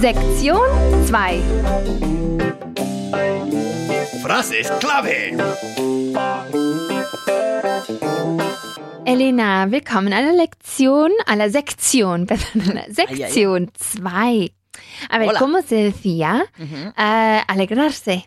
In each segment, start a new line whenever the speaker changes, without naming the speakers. Sektion 2.
Frase ist Klappe.
Elena, willkommen an der Lektion, an der Sektion, besser, an der
ay.
Sektion 2. A ver,
Hola.
¿cómo se decía?
Mhm.
Äh, alegrarse,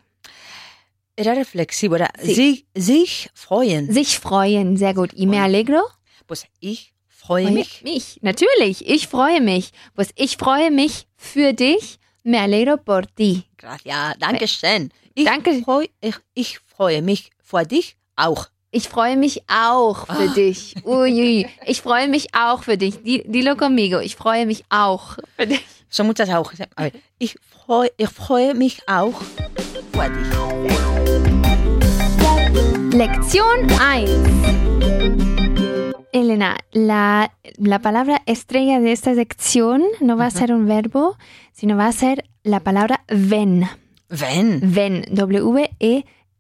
Era reflexivo, era
Sí.
sich, sich freuen.
sich freuen, sehr gut. Y me
Und
alegro?
Pues ich freue mich.
Mich, natürlich, ich freue mich. Pues ich freue mich für dich, me alegro por ti.
Gracias, danke schön. Ich,
Danke.
Freu, ich, ich freue mich vor dich auch.
Ich freue mich auch für
Ah.
dich. Uiui. Ich freue mich auch für dich. Di- Dilo conmigo. Ich freue mich auch für dich.
Son muchas auch. A ver, ich, freu, ich freue mich auch vor dich.
Lección 1. Elena, la, la palabra estrella de esta sección no va a ser un verbo, sino va a ser la palabra ven.
Wenn.
Ven.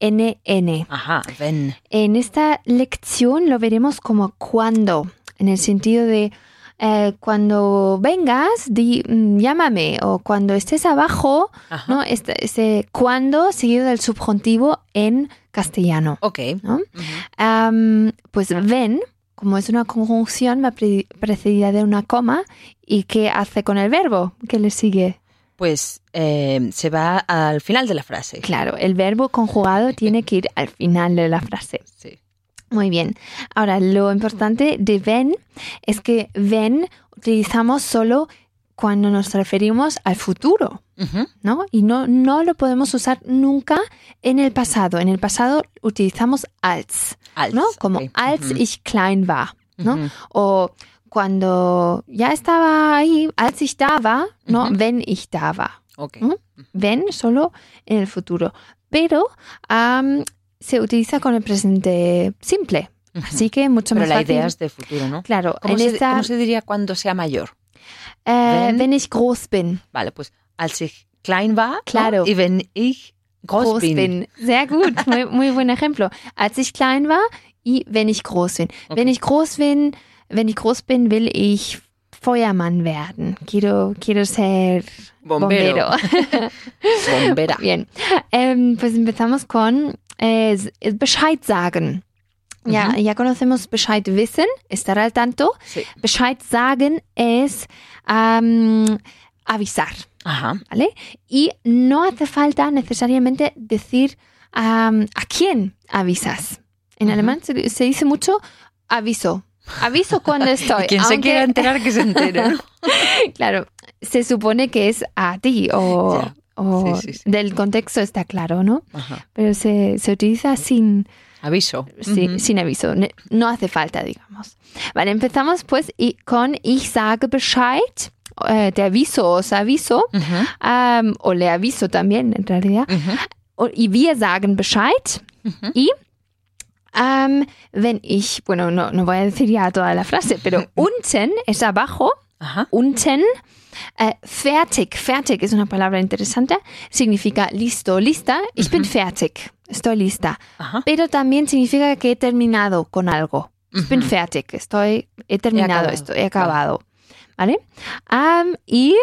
W-E-N-N.
Ajá, wenn.
En esta lección lo veremos como cuando, en el sentido de eh, cuando vengas, di, mm, llámame, o cuando estés abajo,
Ajá.
¿no? Este, ese cuando seguido del subjuntivo en castellano.
Ok.
¿No?
Ujú.
Am, pues ven, como es una conjunción, va pre- precedida de una coma. ¿Y qué hace con el verbo que le sigue?
Pues eh, se va al final de la frase.
Claro, el verbo conjugado tiene que ir al final de la frase.
Sí.
Muy bien. Ahora, lo importante de ven es que ven utilizamos solo cuando nos referimos al futuro,
Ujú.
¿no? Y no, no lo podemos usar nunca en el pasado. En el pasado utilizamos als,
Als.
¿no? Como
ok.
als
Ujú.
ich klein war, ¿no?
Ujú.
O cuando ya estaba ahí, als ich da war, ¿no?
Ujú.
Wenn ich da war.
Ok.
¿Mm? ven solo en el futuro. Pero am, se utiliza con el presente simple.
Ujú.
Así que mucho
Pero
más
la
fácil.
idea es de futuro, ¿no?
Claro,
¿Cómo
en
se,
esta,
cómo se diría cuando sea mayor?
eh,
ven?
wenn ich groß bin.
Vale, pues als ich klein war
Claro.
¿no? y wenn ich groß,
Groß
bin.
bin. Sehr gut, muy, muy buen ejemplo. Als ich klein war y wenn ich groß bin. Wenn
Okay.
ich groß bin, wenn ich groß bin, will ich Feuermann werden. Quiero, quiero ser bombero.
Bombero. Bombera.
Bien, Em, pues empezamos con eh, s- eh, Bescheid sagen. Ya,
Ujú.
ya conocemos Bescheid wissen, estar al tanto.
Sí.
Bescheid sagen es am, avisar,
Ajá.
¿vale? Y no hace falta necesariamente decir am, a quién avisas. En
Ujú.
alemán se, se dice mucho aviso. Aviso cuando estoy.
Y quien se
aunque-
quiera enterar, que se entere. ¿no?
Claro, se supone que es a ti o,
Ya,
o
sí, sí, sí.
del contexto está claro, ¿no?
Ajá.
Pero se, se utiliza sin,
Aviso.
si-
Ujú.
sin aviso, ne- no hace falta, digamos. Vale, empezamos pues y- con ich sage Bescheid, eh, te aviso, os aviso,
Ujú.
am, o le aviso también en realidad,
Ujú.
o- y wir sagen Bescheid.
Ujú.
Y am, wenn ich, bueno, no, no voy a decir ya toda la frase, pero unten es abajo
Ajá.
unten. Äh, fertig, fertig es una palabra interesante. Significa listo, lista. Ich bin fertig. Estoy lista.
Ajá.
Pero también significa que he terminado con algo. Ich bin fertig. Estoy, he terminado,
acabado.
estoy he acabado. ¿Vale? Am, y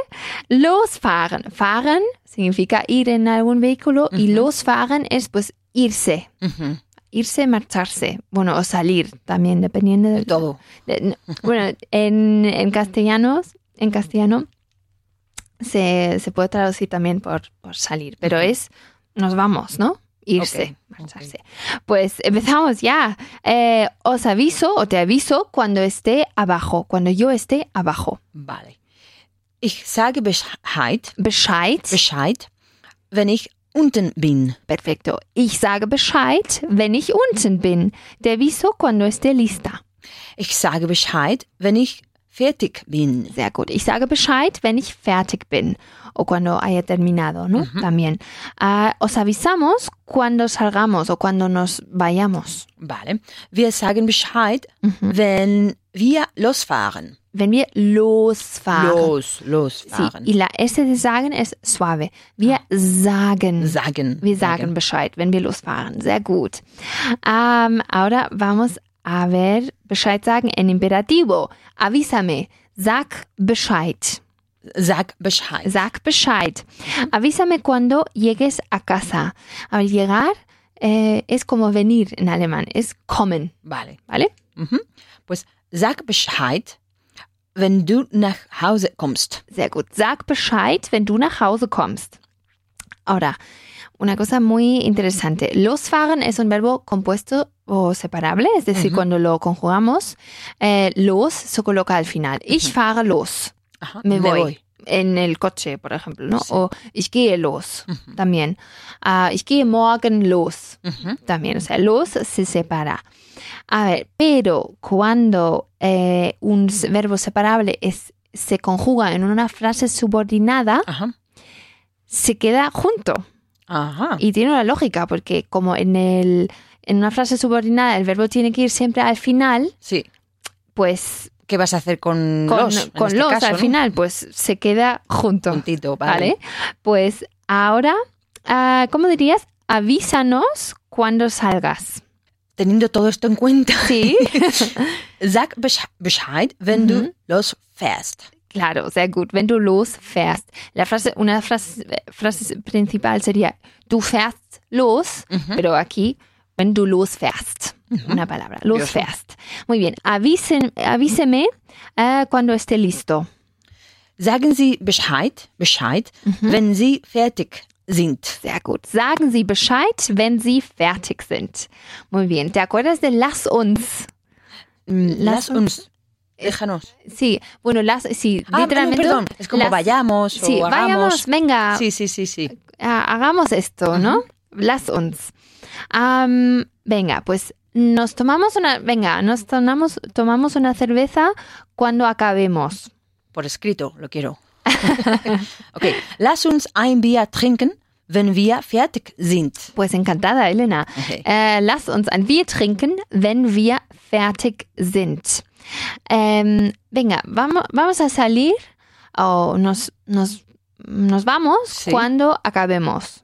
losfahren. Fahren significa ir en algún vehículo y
Ujú.
losfahren es pues irse.
Ujú.
Irse, marcharse. Bueno, o salir también, dependiendo del,
Todo.
de- n- Eh, Bueno, en, en castellanos, en castellano se, se puede traducir también por, por salir, pero
Ujú.
es nos vamos, ¿no? Irse,
Ok,
marcharse. Pues empezamos ya. Eh, os aviso o te aviso cuando esté abajo, cuando yo esté abajo.
Vale. Ich sage Bescheid,
Bescheid.
Bescheid, wenn ich unten bin.
Perfecto. Ich sage Bescheid, wenn ich unten bin. Te aviso cuando esté lista.
Ich sage Bescheid, wenn ich fertig bin.
Sehr gut. Ich sage Bescheid, wenn ich fertig bin. O cuando haya terminado, ¿no? También. Ah, os avisamos cuando salgamos o cuando nos vayamos.
Vale. Wir sagen Bescheid, wenn wir losfahren.
Wenn wir losfahren.
Los,
Ah. Sí.
losfahren.
Y la S de sagen es suave. Wir sagen.
Sagen.
Wir sagen Bescheid, wenn wir losfahren. Sehr gut. Ähm, ahora vamos a ver Bescheid sagen en imperativo. Avísame. Sag Bescheid.
Sag Bescheid.
Sag Bescheid. Avísame cuando llegues a casa. Al llegar eh, es como venir en alemán, es kommen,
Vale.
¿vale?
Mhm. Pues sag Bescheid, wenn du nach Hause kommst.
Sehr gut. Sag Bescheid, wenn du nach Hause kommst. Ahora, una cosa muy interesante. Losfahren es un verbo compuesto o separable, es decir,
Ujú.
cuando lo conjugamos, eh, los se coloca al final. Ich fahre los
Aha,
Me voy. en el coche, por ejemplo, ¿no?
Sí.
O ich gehe los
Ujú.
también. Ah, ich gehe morgen los
Mhm.
también. O sea, los se separa. A ver, pero cuando eh, un s- verbo separable es, se conjuga en una frase subordinada,
Aha.
se queda junto.
Aha.
Y tiene una lógica, porque como en, el, en una frase subordinada el verbo tiene que ir siempre al final,
Sí.
pues
¿Qué vas a hacer con,
con
los? en
con
este
los
caso,
al
¿no?
final, pues se queda junto.
Puntito,
¿Vale?
vale.
Pues ahora, ah, ¿cómo dirías? Avísanos cuando salgas.
Teniendo todo esto en cuenta,
Sí.
sag Besche- Bescheid, wenn
Mhm.
du losfährst.
Claro, sehr gut. Wenn du losfährst. La frase, una frase, eh, frase principal sería, du fährst los,
Mhm.
pero aquí, wenn du losfährst. Una palabra, losfährst. Muy bien, Avisen, avíseme eh, cuando esté listo.
Sagen Sie Bescheid, Bescheid, wenn Sie fertig sind.
Sehr gut. Sagen Sie Bescheid, wenn Sie fertig sind. Muy bien. ¿Te acuerdas de lass uns?
Mm,
Lass
Lass uns. Déjanos.
Sí, bueno, las, sí,
Ah, bueno,
literalmente.
perdón. Es como
las-
vayamos
Sí,
o
vayamos,
hagamos.
venga,
Sí, sí, sí, sí.
ah, hagamos esto, ¿no? Las uns. Am, venga, pues nos tomamos una, venga, nos tomamos, tomamos una cerveza cuando acabemos.
Por escrito, lo quiero. okay. Lass uns ein Bier trinken, wenn wir fertig sind.
Pues encantada, Elena.
Okay.
Äh, lass uns ein Bier trinken, wenn wir fertig sind. Ähm, venga, vamos, vamos a salir o nos, nos, nos vamos
Sí.
cuando acabemos.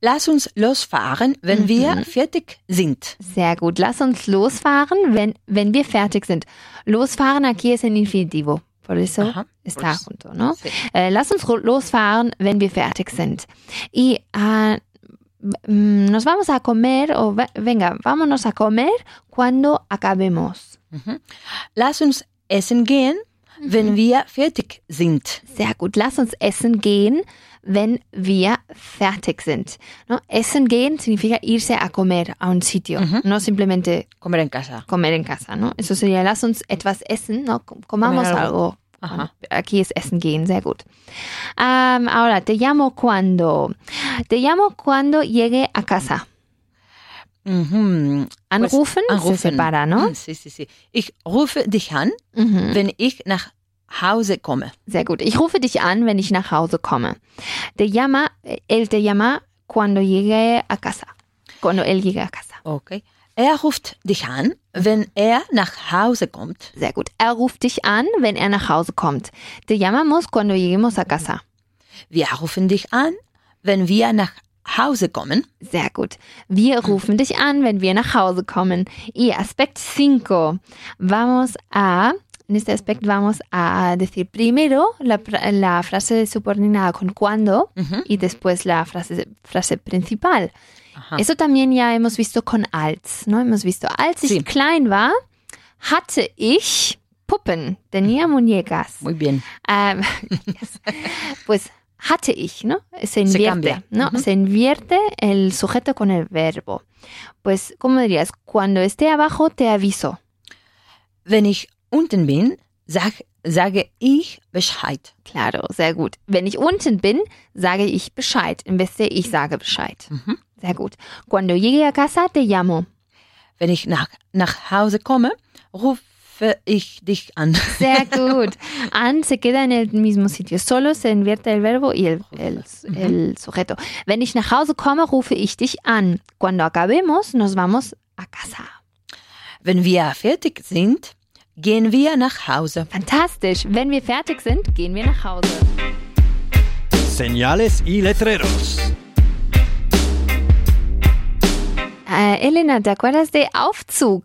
Lass uns losfahren, wenn
Mhm.
wir fertig sind.
Sehr gut. Lass uns losfahren, wenn, wenn wir fertig sind. Losfahren aquí es en infinitivo. Por eso
Ajá,
está
pues,
junto, ¿no?
sí.
Äh, lass uns ro- losfahren, wenn wir fertig sind. Y ah, mm, nos vamos a comer, o ve- venga, vámonos a comer cuando acabemos.
Mhm. Lass uns essen gehen,
Mhm.
wenn wir fertig sind.
Sehr gut. Lass uns essen gehen, wenn wir fertig sind. ¿no? Essen gehen significa irse a comer a un sitio,
Ujú.
no simplemente
Comer en casa.
comer en casa, ¿no? Eso sería, lass uns etwas essen, ¿no? Com- Comamos
Comer
algo.
algo. Ajá.
Aquí es essen gehen, sehr gut. Am, ahora, te llamo cuando. Te llamo cuando llegue a casa.
Mhm. Pues,
Anrufen, se separa, ¿no?
Mm, Sí, sí, sí. Ich rufe dich an,
Mhm.
wenn ich nach Hause komme.
Sehr gut. Ich rufe dich an, wenn ich nach Hause komme. Te llama, él te llama cuando llegue a casa. Cuando él llegue a casa.
Okay. Er ruft dich an, wenn er nach Hause kommt.
Sehr gut. Er ruft dich an, wenn er nach Hause kommt. Te llamamos cuando lleguemos a casa.
Wir rufen dich an, wenn wir nach Hause kommen.
Sehr gut.
Mhm.
Wir rufen dich an, wenn wir nach Hause kommen. Y aspect 5. Vamos a, en este aspecto vamos a decir primero la, pr- la frase subordinada con cuando
Mhm.
y después la frase, frase principal.
Aha.
Eso también ya hemos visto con als, ¿no? Hemos visto, als ich
Sí.
klein war, hatte ich Puppen, tenía muñecas.
Muy bien.
Ähm, yes. Pues hatte ich, ¿no? Se
Se
invierte,
cambia.
¿no?
Ujú.
Se invierte el sujeto con el verbo. Pues, ¿cómo dirías? Cuando esté abajo, te aviso.
Wenn ich unten bin, sag, sage ich Bescheid.
Claro, sehr gut. Wenn ich unten bin, sage ich Bescheid. Im Beste, ich sage Bescheid.
Mhm.
Sehr gut. Cuando llegue a casa, te llamo.
Wenn ich nach, nach Hause komme, rufe ich dich an.
Sehr gut. An se queda en el mismo sitio. Solo se invierte el verbo y el, el, el sujeto. Wenn ich nach Hause komme, rufe ich dich an. Cuando acabemos, nos vamos a casa.
Wenn wir fertig sind, gehen wir nach Hause.
Fantastisch. Wenn wir fertig sind, gehen wir nach Hause.
Señales y letreros.
Äh, Elena, ¿te acuerdas de Aufzug?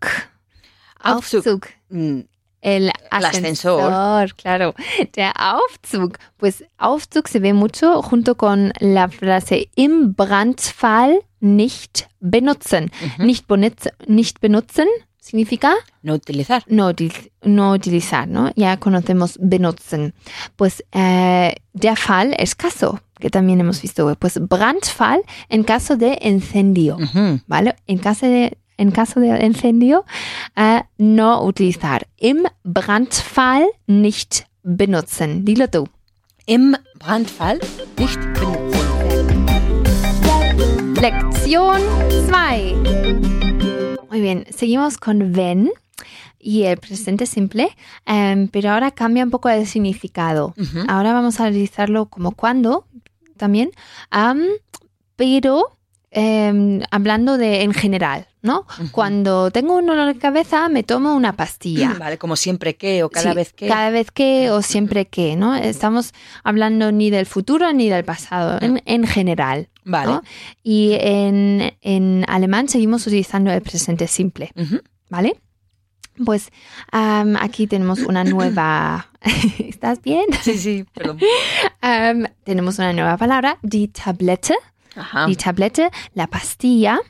Aufzug. Mm,
el
ascensor.
ascensor, claro. Der Aufzug. Pues Aufzug se ve mucho junto con la frase im Brandfall nicht benutzen. Nicht, benutz- nicht benutzen significa
No utilizar.
no, util- no utilizar, ¿no? Ya conocemos benutzen. Pues eh, der Fall es caso, que también hemos visto. Pues Brandfall en caso de incendio,
Ujú.
¿vale? En caso de, en caso de incendio, eh, no utilizar. Im Brandfall nicht benutzen. Dilo tú.
Im Brandfall nicht benutzen.
Lección 2. Muy bien, seguimos con ven y el presente simple, em, pero ahora cambia un poco el significado.
Ujú.
Ahora vamos a utilizarlo como cuando también, am, pero em, hablando de en general, ¿no?
Ujú.
Cuando tengo un dolor de cabeza me tomo una pastilla.
Mm, Vale, como siempre que o cada
Sí,
vez que.
Cada vez que o siempre que, ¿no? Estamos hablando ni del futuro ni del pasado, en- en general.
Vale.
¿no? Y en, en alemán seguimos utilizando el presente simple,
Ujú.
¿vale? Pues am, aquí tenemos una nueva... ¿Estás bien?
Sí, sí, perdón.
Am, tenemos una nueva palabra, die Tablette.
Ajá.
Die Tablette, la pastilla,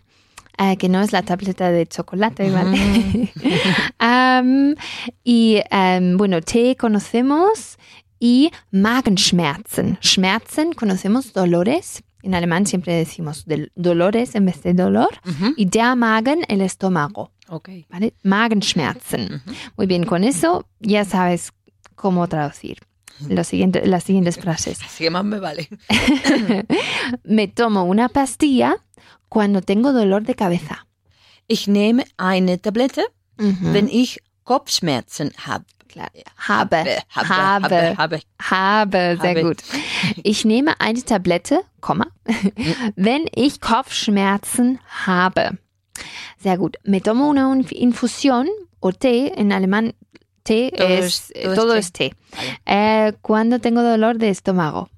eh, que no es la tableta de chocolate, ¿vale? Am, y am, bueno, té conocemos y Magenschmerzen. Schmerzen conocemos dolores. En alemán siempre decimos del- dolores en vez de dolor.
Ujú.
Y der Magen, el estómago.
Ok.
¿vale? Magenschmerzen. Muy bien, con eso ya sabes cómo traducir lo siguiente- las siguientes frases.
Así que más me vale.
Me tomo una pastilla cuando tengo dolor de cabeza.
Ich nehme eine Tablette,
Ujú.
wenn ich Kopfschmerzen habe.
Claro. Äh, Habe,
Habe, habe, habe.
Habe, sehr
Habe.
gut. Ich nehme eine Tablette, Komma, wenn ich Kopfschmerzen habe. Sehr gut. Me tomo una inf- infusión o té, en alemán té
Todo
es,
es- todo es
todo
té.
es té. Eh, cuando tengo dolor de estómago.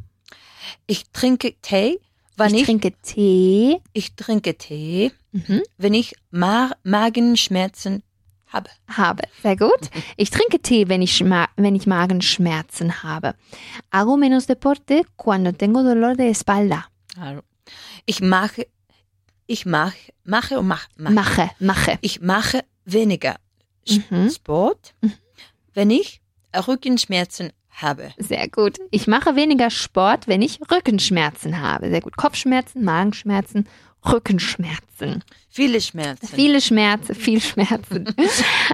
Ich trinke Tee, wann
ich
ich,
trinke Tee.
ich trinke Tee,
Mhm.
wenn ich Mar Magenschmerzen habe.
Habe. Sehr gut. Ich trinke Tee, wenn ich, schma- wenn ich Magenschmerzen habe. Hago menos deporte cuando tengo dolor de espalda.
Also, Ich mache, ich mache, mache und mach, mache.
Mache, mache.
Ich mache weniger S-
Mhm.
Sport, wenn ich Rückenschmerzen habe.
Sehr gut. Ich mache weniger Sport, wenn ich Rückenschmerzen habe. Sehr gut. Kopfschmerzen, Magenschmerzen, Rückenschmerzen.
Viele Schmerzen.
Viele Schmerzen, viel Schmerzen.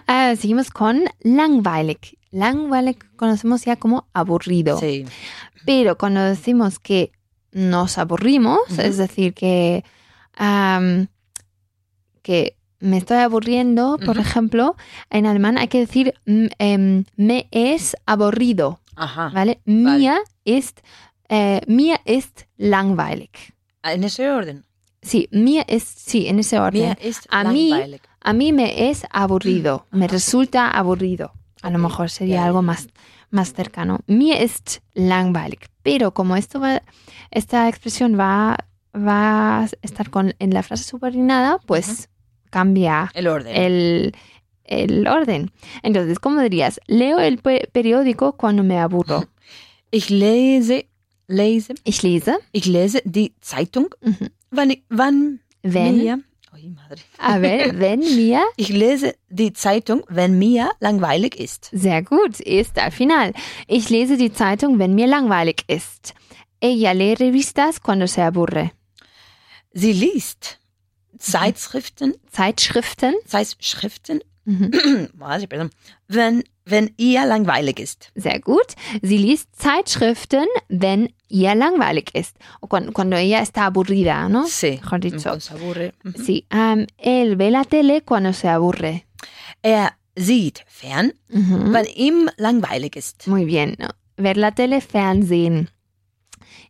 äh, seguimos con langweilig. Langweilig conocemos ya como aburrido.
Sí.
Pero cuando decimos que nos aburrimos,
Ujú.
es decir, que, am, que me estoy aburriendo, por
Ujú.
ejemplo, en alemán hay que decir mm, em, me es aburrido.
Ajá.
¿vale? Mir ist, äh, mir ist langweilig.
En ese orden.
Sí, mir ist, sí, en ese orden.
Mir ist
A mí-
langweilig.
A mí me es aburrido, me resulta aburrido. A lo
Mm. Ok,
mejor sería
ya, ya.
algo más, más cercano. Mir ist langweilig. Pero como esto va, esta expresión va, va a estar con, en la frase subordinada, pues cambia
El orden.
el, el orden. Entonces, ¿cómo dirías? Leo el pe- periódico cuando me
Ah.
aburro.
Ich lese, lese,
Ich lese.
ich lese die Zeitung,
Ujú.
wann, ich- wann
Wenn
mir, Ui, madre.
A ver, wenn mir,
Ich lese die Zeitung, wenn mir langweilig ist.
sehr gut, ist al final. Ich lese die Zeitung, wenn mir langweilig ist. Ella lee revistas cuando se aburre.
Sie liest Zeitschriften,
Zeitschriften,
Zeitschriften,
mhm,
Madre, perdón. wenn, wenn ihr langweilig ist.
sehr gut. Sie liest Zeitschriften, wenn ihr langweilig ist. O cuando, cuando ella está aburrida, ¿no?
Sí.
Mejor dicho.
Con sabor. Mhm.
Sí. am, él ve la tele cuando se aburre.
Er sieht fern,
Mhm.
wenn ihm langweilig ist.
Muy bien. Ver la tele, Fernsehen.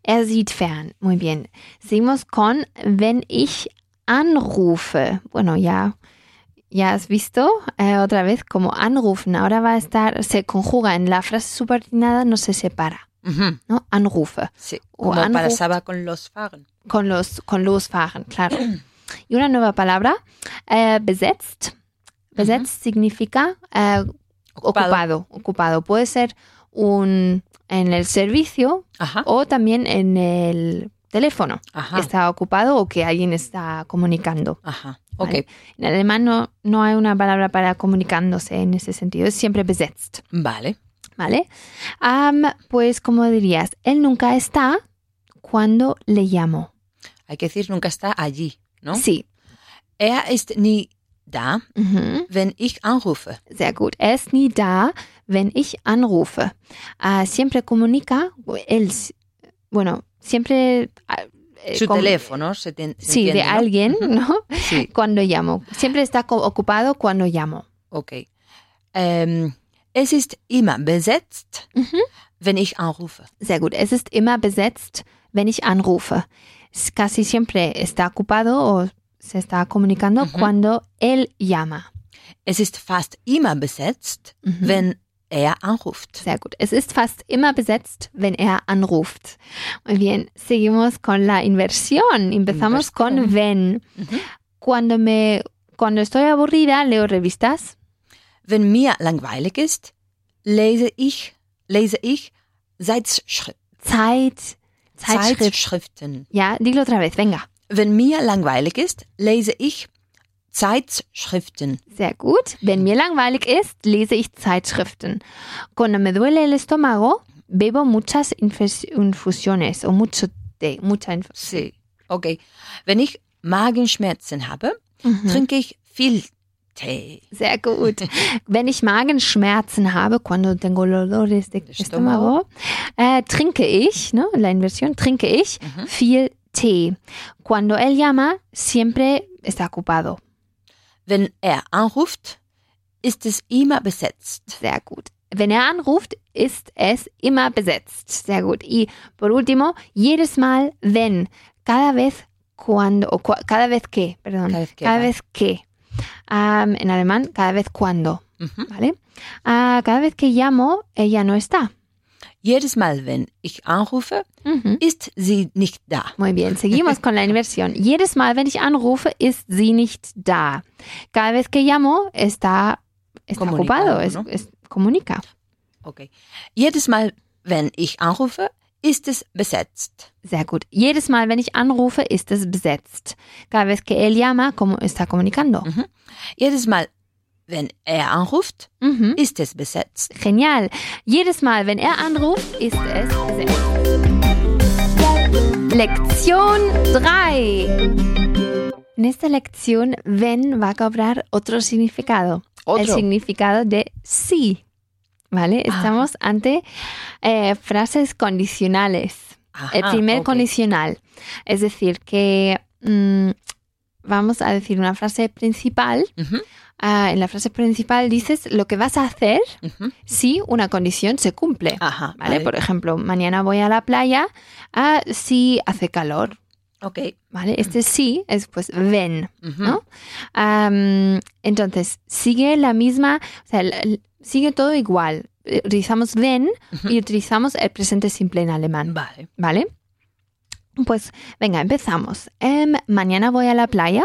Er sieht fern. Muy bien. Seguimos con wenn ich anrufe. Bueno, ya, ya has visto eh, otra vez como anrufen. Ahora va a estar, se conjuga en la frase subordinada, no se separa.
Mhm.
¿no? Anrufe.
Sí.
O
Como para
anruft.
Saba con los fahren.
Con los, con losfahren, claro. Y una nueva palabra, eh, besetzt. Besetzt significa eh, Ocupado. ocupado. Puede ser un en el servicio
Ajá.
o también en el teléfono.
Ajá.
Está ocupado o que alguien está comunicando.
Ajá. Ok.
¿vale? En alemán no, no hay una palabra para comunicándose en ese sentido. Es siempre besetzt.
Vale.
¿Vale? Am, pues, como dirías, él nunca está cuando le llamo.
Hay que decir, nunca está allí, ¿no?
Sí.
Er ist nie da,
Ujú.
wenn ich anrufe.
Sehr gut. Er ist nie da, wenn ich anrufe. Ah, siempre comunica, él, bueno, siempre... ah, eh,
Su
com-
teléfono se, ten- se
Sí, de
entiende, ¿no?
alguien,
Ujú.
¿no?
Sí,
Cuando llamo. Siempre está co- ocupado cuando llamo.
ok. Ähm, es ist immer besetzt,
Mhm.
wenn ich anrufe.
Sehr gut. Es ist immer besetzt, wenn ich anrufe. Es Casi siempre está ocupado o se está comunicando
Ujú.
cuando él llama.
Es ist fast immer besetzt,
Mhm.
wenn er anruft.
Sehr gut. Es ist fast immer besetzt, wenn er anruft. Muy bien. Seguimos con la inversión. Empezamos con
Inversión.
wenn.
Ujú.
Cuando me cuando estoy aburrida leo revistas.
Wenn mir langweilig ist, lese ich, lese ich Zeitschri
Zeit, Zeitschrift.
Zeitschriften.
Ya, dilo otra vez. Venga.
Wenn mir langweilig ist, lese ich Zeitschriften.
Sehr gut. Wenn mir langweilig ist, lese ich Zeitschriften. Cuando me duele el estómago, bebo muchas infes- infusiones o mucho té, mucha infusión.
Sí. Okay. Wenn ich Magenschmerzen habe,
Mhm.
trinke ich viel Tee.
Sehr gut. Wenn ich Magenschmerzen habe, cuando tengo dolores de estómago,
Estómago.
äh, trinke ich, ne, la inversión, trinke ich
Mhm.
viel Tee. Cuando él llama, siempre está ocupado.
Wenn er anruft, ist es immer besetzt.
Sehr gut. Wenn er anruft, ist es immer besetzt. Sehr gut. Y por último, jedes Mal, wenn, cada vez cuando, o cua- cada vez que, perdón,
Cada vez que,
cada
vale.
vez que. Am, en alemán, cada vez cuando,
Mhm.
¿vale? Ah, cada vez que llamo, ella no está.
Jedes Mal, wenn ich anrufe,
Ujú.
ist sie nicht da.
Muy bien, seguimos con la inversión. Jedes Mal, wenn ich anrufe, ist sie nicht da. Cada vez que llamo, está, está ocupado,
Comunicando,
es-
¿no?
es- comunica.
Okay. Jedes Mal, wenn ich anrufe, ist es besetzt.
Sehr gut. Jedes Mal, wenn ich anrufe, ist es besetzt. Cada vez que él llama, como está comunicando.
Jedes Mal, wenn er anruft,
Mhm.
ist es besetzt.
Genial. Jedes Mal, wenn er anruft, ist es besetzt. Lección 3. En esta lección, ven va a cobrar otro significado. El significado de sí. ¿Vale?
Ah.
Estamos ante eh, frases condicionales.
Aha,
El primer
okay.
condicional. Es decir, que mm, vamos a decir una frase principal.
Mhm,
Ah, en la frase principal dices lo que vas a hacer
mhm.
si una condición se cumple.
Aha,
¿Vale? Por ejemplo, mañana voy a la playa ah, si hace calor.
okay.
¿Vale? Este sí es pues ven.
Mhm.
¿no? Am, entonces, sigue la misma, o sea, el- el- sigue todo igual. Eh, Utilizamos ven y utilizamos el presente simple en alemán.
Vale.
¿Vale? Pues venga, empezamos. Em, mañana voy a la playa.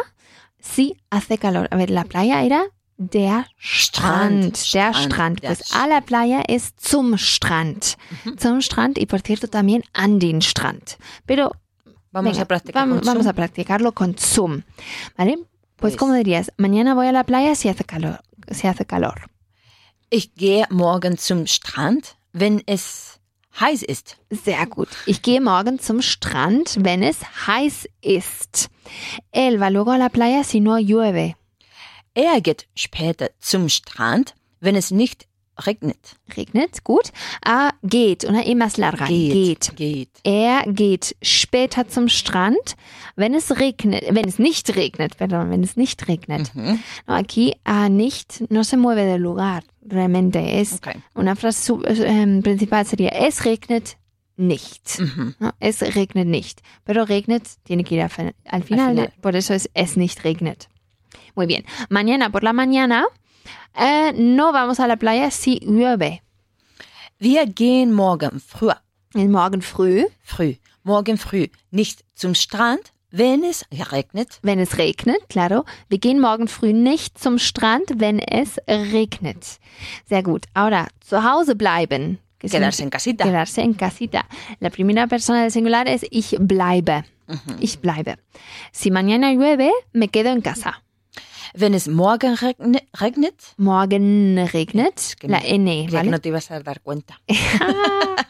Sí, hace calor. A ver, la playa era der Strand. Der
Strand, Strand,
Strand.
der
Pues a la playa es zum Strand. Zum Strand y por cierto también an den Strand. Pero
Vamos
venga,
a practicar.
vam-
con
vamos
Zoom.
a practicarlo con zum. ¿Vale? Pues,
Pues.
como dirías, mañana voy a la playa si hace calor. Si hace calor.
Ich gehe morgen zum Strand, wenn es heiß ist.
Sehr gut. Ich gehe morgen zum Strand, wenn es heiß ist. Él va luego a la playa si no llueve.
Er geht später zum Strand, wenn es nicht regnet.
Regnet, gut. Ah, geht. Una E más larga. Geht.
Geht.
Er geht später zum Strand, wenn es regnet, wenn es nicht regnet, perdón, wenn es nicht regnet.
Mhm.
No, aquí ah, nicht no se mueve del lugar, realmente. Es
Okay.
una frase sub- eh, principal sería, es regnet nicht.
Mhm.
No, es regnet nicht. Pero regnet tiene que ir al, fin- al final.
final.
Por eso es es nicht regnet. Muy bien. Mañana por la mañana eh, no vamos a la playa si llueve.
Wir gehen morgen früh,
El Morgen früh.
früh, morgen früh nicht zum Strand, wenn es regnet.
Wenn es regnet, claro. Wir gehen morgen früh nicht zum Strand, wenn es regnet. Sehr gut. Ahora, zu Hause bleiben. Que es un-
Quedarse en casita.
Quedarse en casita. La primera persona del singular es ich bleibe. Ich bleibe. Si mañana llueve, me quedo en casa.
Wenn es morgen regne, regnet,
Morgen regnet.
que
La
no-
N,
creía que
Eh, ¿vale?
no te ibas a dar cuenta.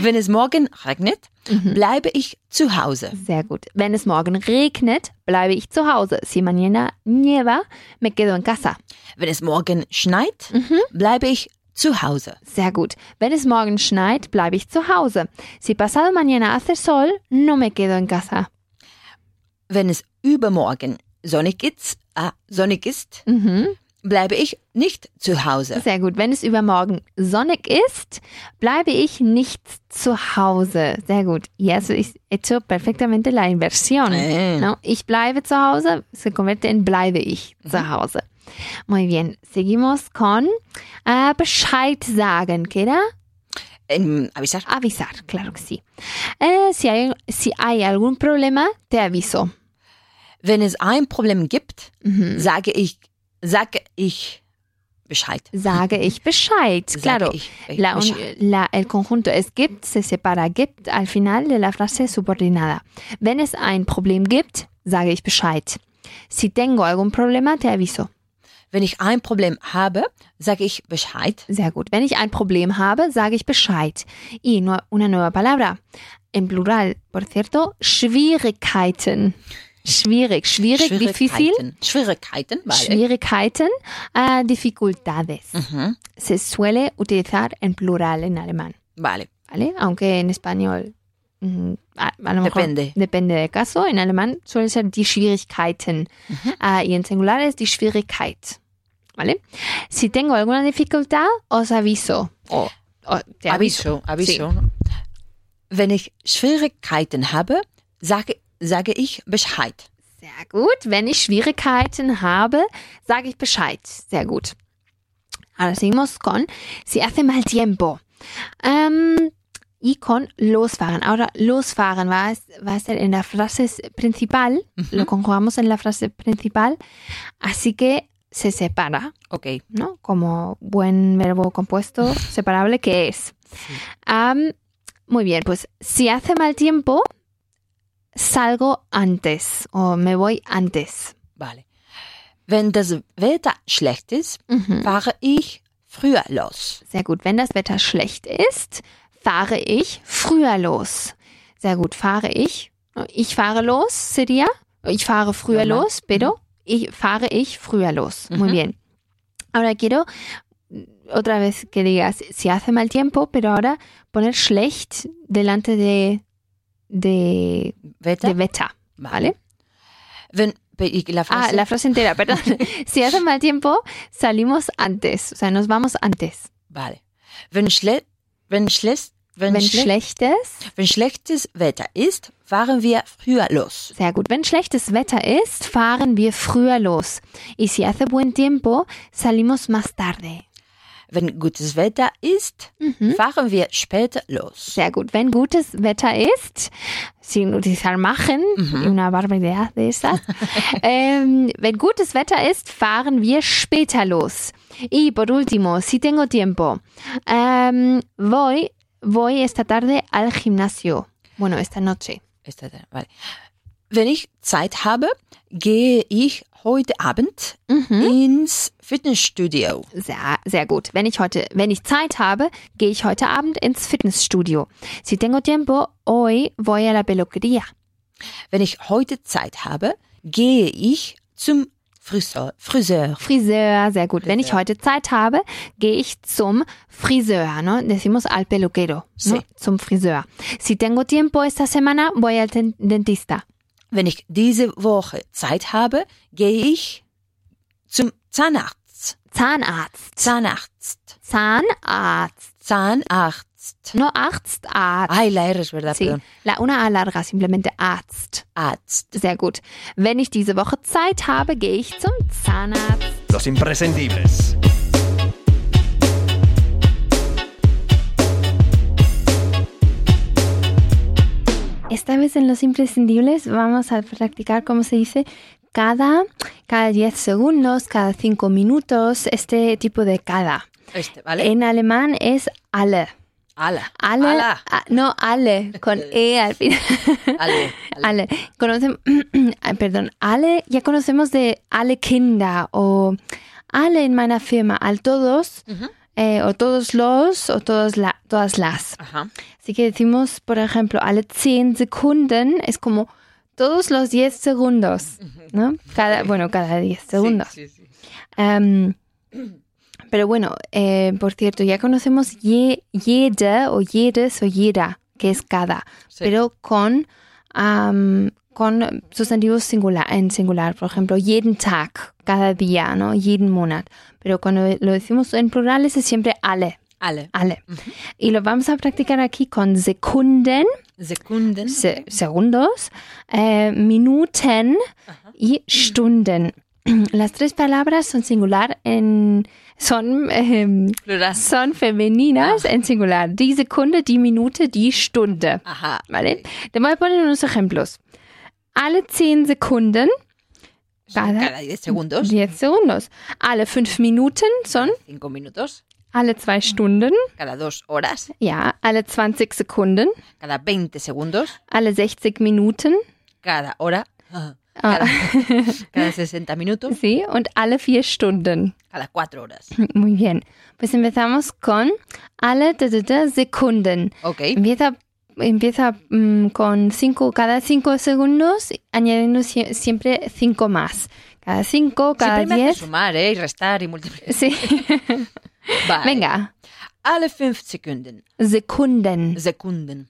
wenn es morgen regnet,
Mhm.
bleibe ich zu Hause.
Sehr gut. Wenn es morgen regnet, bleibe ich zu Hause. Si mañana nieva, me quedo en casa.
Wenn es morgen schneit,
Mhm.
bleibe ich zu Hause.
Sehr gut. Wenn es morgen schneit, bleibe ich zu Hause. Si pasado mañana hace sol, no me quedo en casa.
Wenn es übermorgen sonnig ist, ah, sonnig ist
Mhm.
bleibe ich nicht zu Hause.
Sehr gut. Wenn es übermorgen sonnig ist, bleibe ich nicht zu Hause. Sehr gut. Y eso es hecho perfectamente la inversión.
Eh.
¿no? Ich bleibe zu Hause se convierte en bleibe ich zu Hause. Muy bien. Seguimos con ah, Bescheid sagen, ¿queda?
Ähm, avisar.
Avisar, claro que sí. Eh, si, hay, si hay algún problema, te aviso.
Wenn es ein Problem gibt,
Mhm.
sage ich, sage ich Bescheid.
Sage ich Bescheid, claro.
Sage ich, äh,
La, un-
Bescheid.
la- el conjunto es gibt, se separa gibt al final de la frase subordinada. Wenn es ein Problem gibt, sage ich Bescheid. Si tengo algún problema, te aviso.
Wenn ich ein Problem habe, sage ich Bescheid.
Sehr gut. Wenn ich ein Problem habe, sage ich Bescheid. Y nu- una nueva palabra. En plural, por cierto, Schwierigkeiten. Schwierig, schwierig, difícil.
Schwierigkeiten. Schwierigkeiten, weil
Schwierigkeiten, ah, dificultades.
Mhm.
Se suele utilizar en plural en alemán.
Vale.
¿vale? Aunque en español mm, a, a lo mejor
Depende.
depende del caso. En alemán suele ser die Schwierigkeiten Ah, y en singular es die Schwierigkeit, ¿vale? Si tengo alguna dificultad, os aviso. O, o te
Aviso, aviso. Wenn ich Schwierigkeiten habe, sage, sage ich Bescheid.
Sehr gut. Wenn ich Schwierigkeiten habe, sage ich Bescheid. Sehr gut. Ahora seguimos con si hace mal tiempo. Ähm, y con losfahren. Ahora, losfahren va a, va a ser en la frase s- principal. Lo conjugamos en la frase principal. Así que se separa,
Okay.
¿no? Como buen verbo compuesto separable que es. Am, muy bien, pues si hace mal tiempo, salgo antes o me voy antes.
Vale. Wenn das Wetter schlecht ist,
Ujú.
fahre ich früher los.
Sehr gut. Wenn das Wetter schlecht ist, fahre ich früher los. Sehr gut. Fahre ich. Ich fahre los, sería. Ich fahre früher
Normal.
los, pero. Ich fahre ich früher los. Muy
Mhm.
bien. Ahora quiero otra vez que digas, si hace mal tiempo, pero ahora poner schlecht delante de, de,
Wetter?
de Wetter. ¿Vale?
Wenn ich la
Ah,
Frase,
la frase entera, perdón. si hace mal tiempo, salimos antes. O sea, nos vamos antes.
vale. Wenn schle wenn schlecht wenn,
Wenn
schle
schlechtes,
wenn schlechtes Wetter ist, fahren wir früher los.
sehr gut. Wenn schlechtes Wetter ist, fahren wir früher los. Y si hace buen tiempo, salimos más tarde.
Wenn gutes Wetter ist,
Mhm.
fahren wir später los.
Sehr gut. Wenn gutes Wetter ist, sin utilizar machen, una barbaridad de esas. ähm, wenn gutes Wetter ist, fahren wir später los. Y por último, si tengo tiempo, ähm, voy, voy esta tarde al gimnasio. Bueno, esta noche.
Ist das- Vale. Wenn ich Zeit habe, gehe ich heute Abend
Mhm.
ins Fitnessstudio.
Sehr, sehr gut. Wenn ich heute, wenn ich Zeit habe, gehe ich heute Abend ins Fitnessstudio. Si tengo tiempo, hoy voy a la peluquería.
Wenn ich heute Zeit habe, gehe ich zum Friseur. Friseur.
Friseur, sehr gut. Wenn ich
Friseur.
heute Zeit habe, gehe ich zum Friseur, ¿no? Decimos al peluquero, ¿no?
Sí.
Zum Friseur. Si tengo tiempo esta semana, voy al den- dentista.
Wenn ich diese Woche Zeit habe, gehe ich zum Zahnarzt.
Zahnarzt.
Zahnarzt.
Zahnarzt.
Zahnarzt.
No Arzt, Arzt.
Ay, la R es verdad,
Sí,
perdón.
la una A larga, simplemente Arzt.
Arzt.
Sehr gut. Wenn ich diese Woche Zeit habe, gehe ich zum Zahnarzt.
Los imprescindibles.
He Esta vez en los imprescindibles vamos a practicar cómo se dice cada, cada 10 segundos, cada 5 minutos, este tipo de cada.
Este, ¿vale?
En alemán es alle.
Ala.
Alle,
Ala.
a- no, alle, con E al final.
Ale. Ale.
Alle. Conocen, ah, perdón, alle, ya conocemos de alle Kinder o alle en meiner Firma, al todos,
Ujú.
eh, o todos los, o todos la, todas las.
Ajá.
Así que decimos, por ejemplo, alle 10 Sekunden es como todos los 10 segundos, ¿no? Cada, bueno, cada 10 segundos.
Sí, sí, sí.
Em, pero bueno, eh, por cierto, ya conocemos je, jede o jedes o jeda, que es cada,
Sí.
pero con, am, con sustantivos singular, en singular. Por ejemplo, jeden Tag, cada día, ¿no? jeden Monat. Pero cuando lo decimos en plural es siempre alle,
Ale.
alle. Y lo vamos a practicar aquí con Sekunden,
Sekunden.
se- segundos, eh, Minuten y Stunden. Las tres palabras son singular en son em,
Plural.
son femeninas en singular. Die Sekunde, die Minute, die Stunde.
Ajá.
¿Vale? Te voy a poner unos ejemplos. Alle 10 Sekunden,
Cada,
Cada-
10 segundos.
10 segundos. Alle 5 Minuten son
5 minutos.
alle 2 Stunden.
Cada 2 horas.
Ja, alle 20 Sekunden.
Cada 20 segundos.
Alle 60 Minuten.
Cada hora. Ajá.
Ah,
Cada, cada 60 minutos.
sí, und alle 4 Stunden.
Cada 4 horas.
Muy bien. Pues empezamos con alle da, da, da, Sekunden.
Ok.
Empieza, empieza mm, con cinco, cada cinco segundos, añadiendo sie- siempre cinco más. Cada cinco, cada
Siempre me hace
diez.
sumar, ¿eh? Y restar y multiplicar.
Sí.
Vale.
Venga.
Alle 5 Sekunden.
Sekunden.
Sekunden.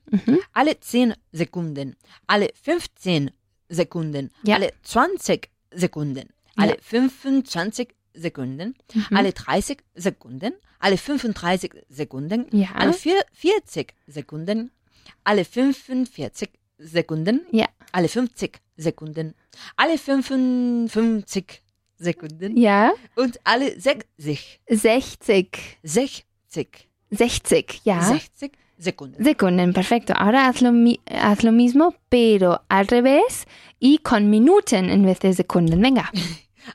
Alle 10 Sekunden. Alle 15 Sekunden.
Ja.
Alle 20 Sekunden. Alle 25 Sekunden. Alle 30 Sekunden. Alle 35 Sekunden.
Ja.
Alle vier- 40 Sekunden. Alle 45 Sekunden.
Ja.
Alle 50 Sekunden. Alle 55 Sekunden.
Ja.
Und alle 60.
60.
60.
60, ja.
60 Sekunden.
Sekunden, perfecto. Ahora haz lo, mi- haz lo mismo, pero al revés y con minuten en vez de sekunden. Venga.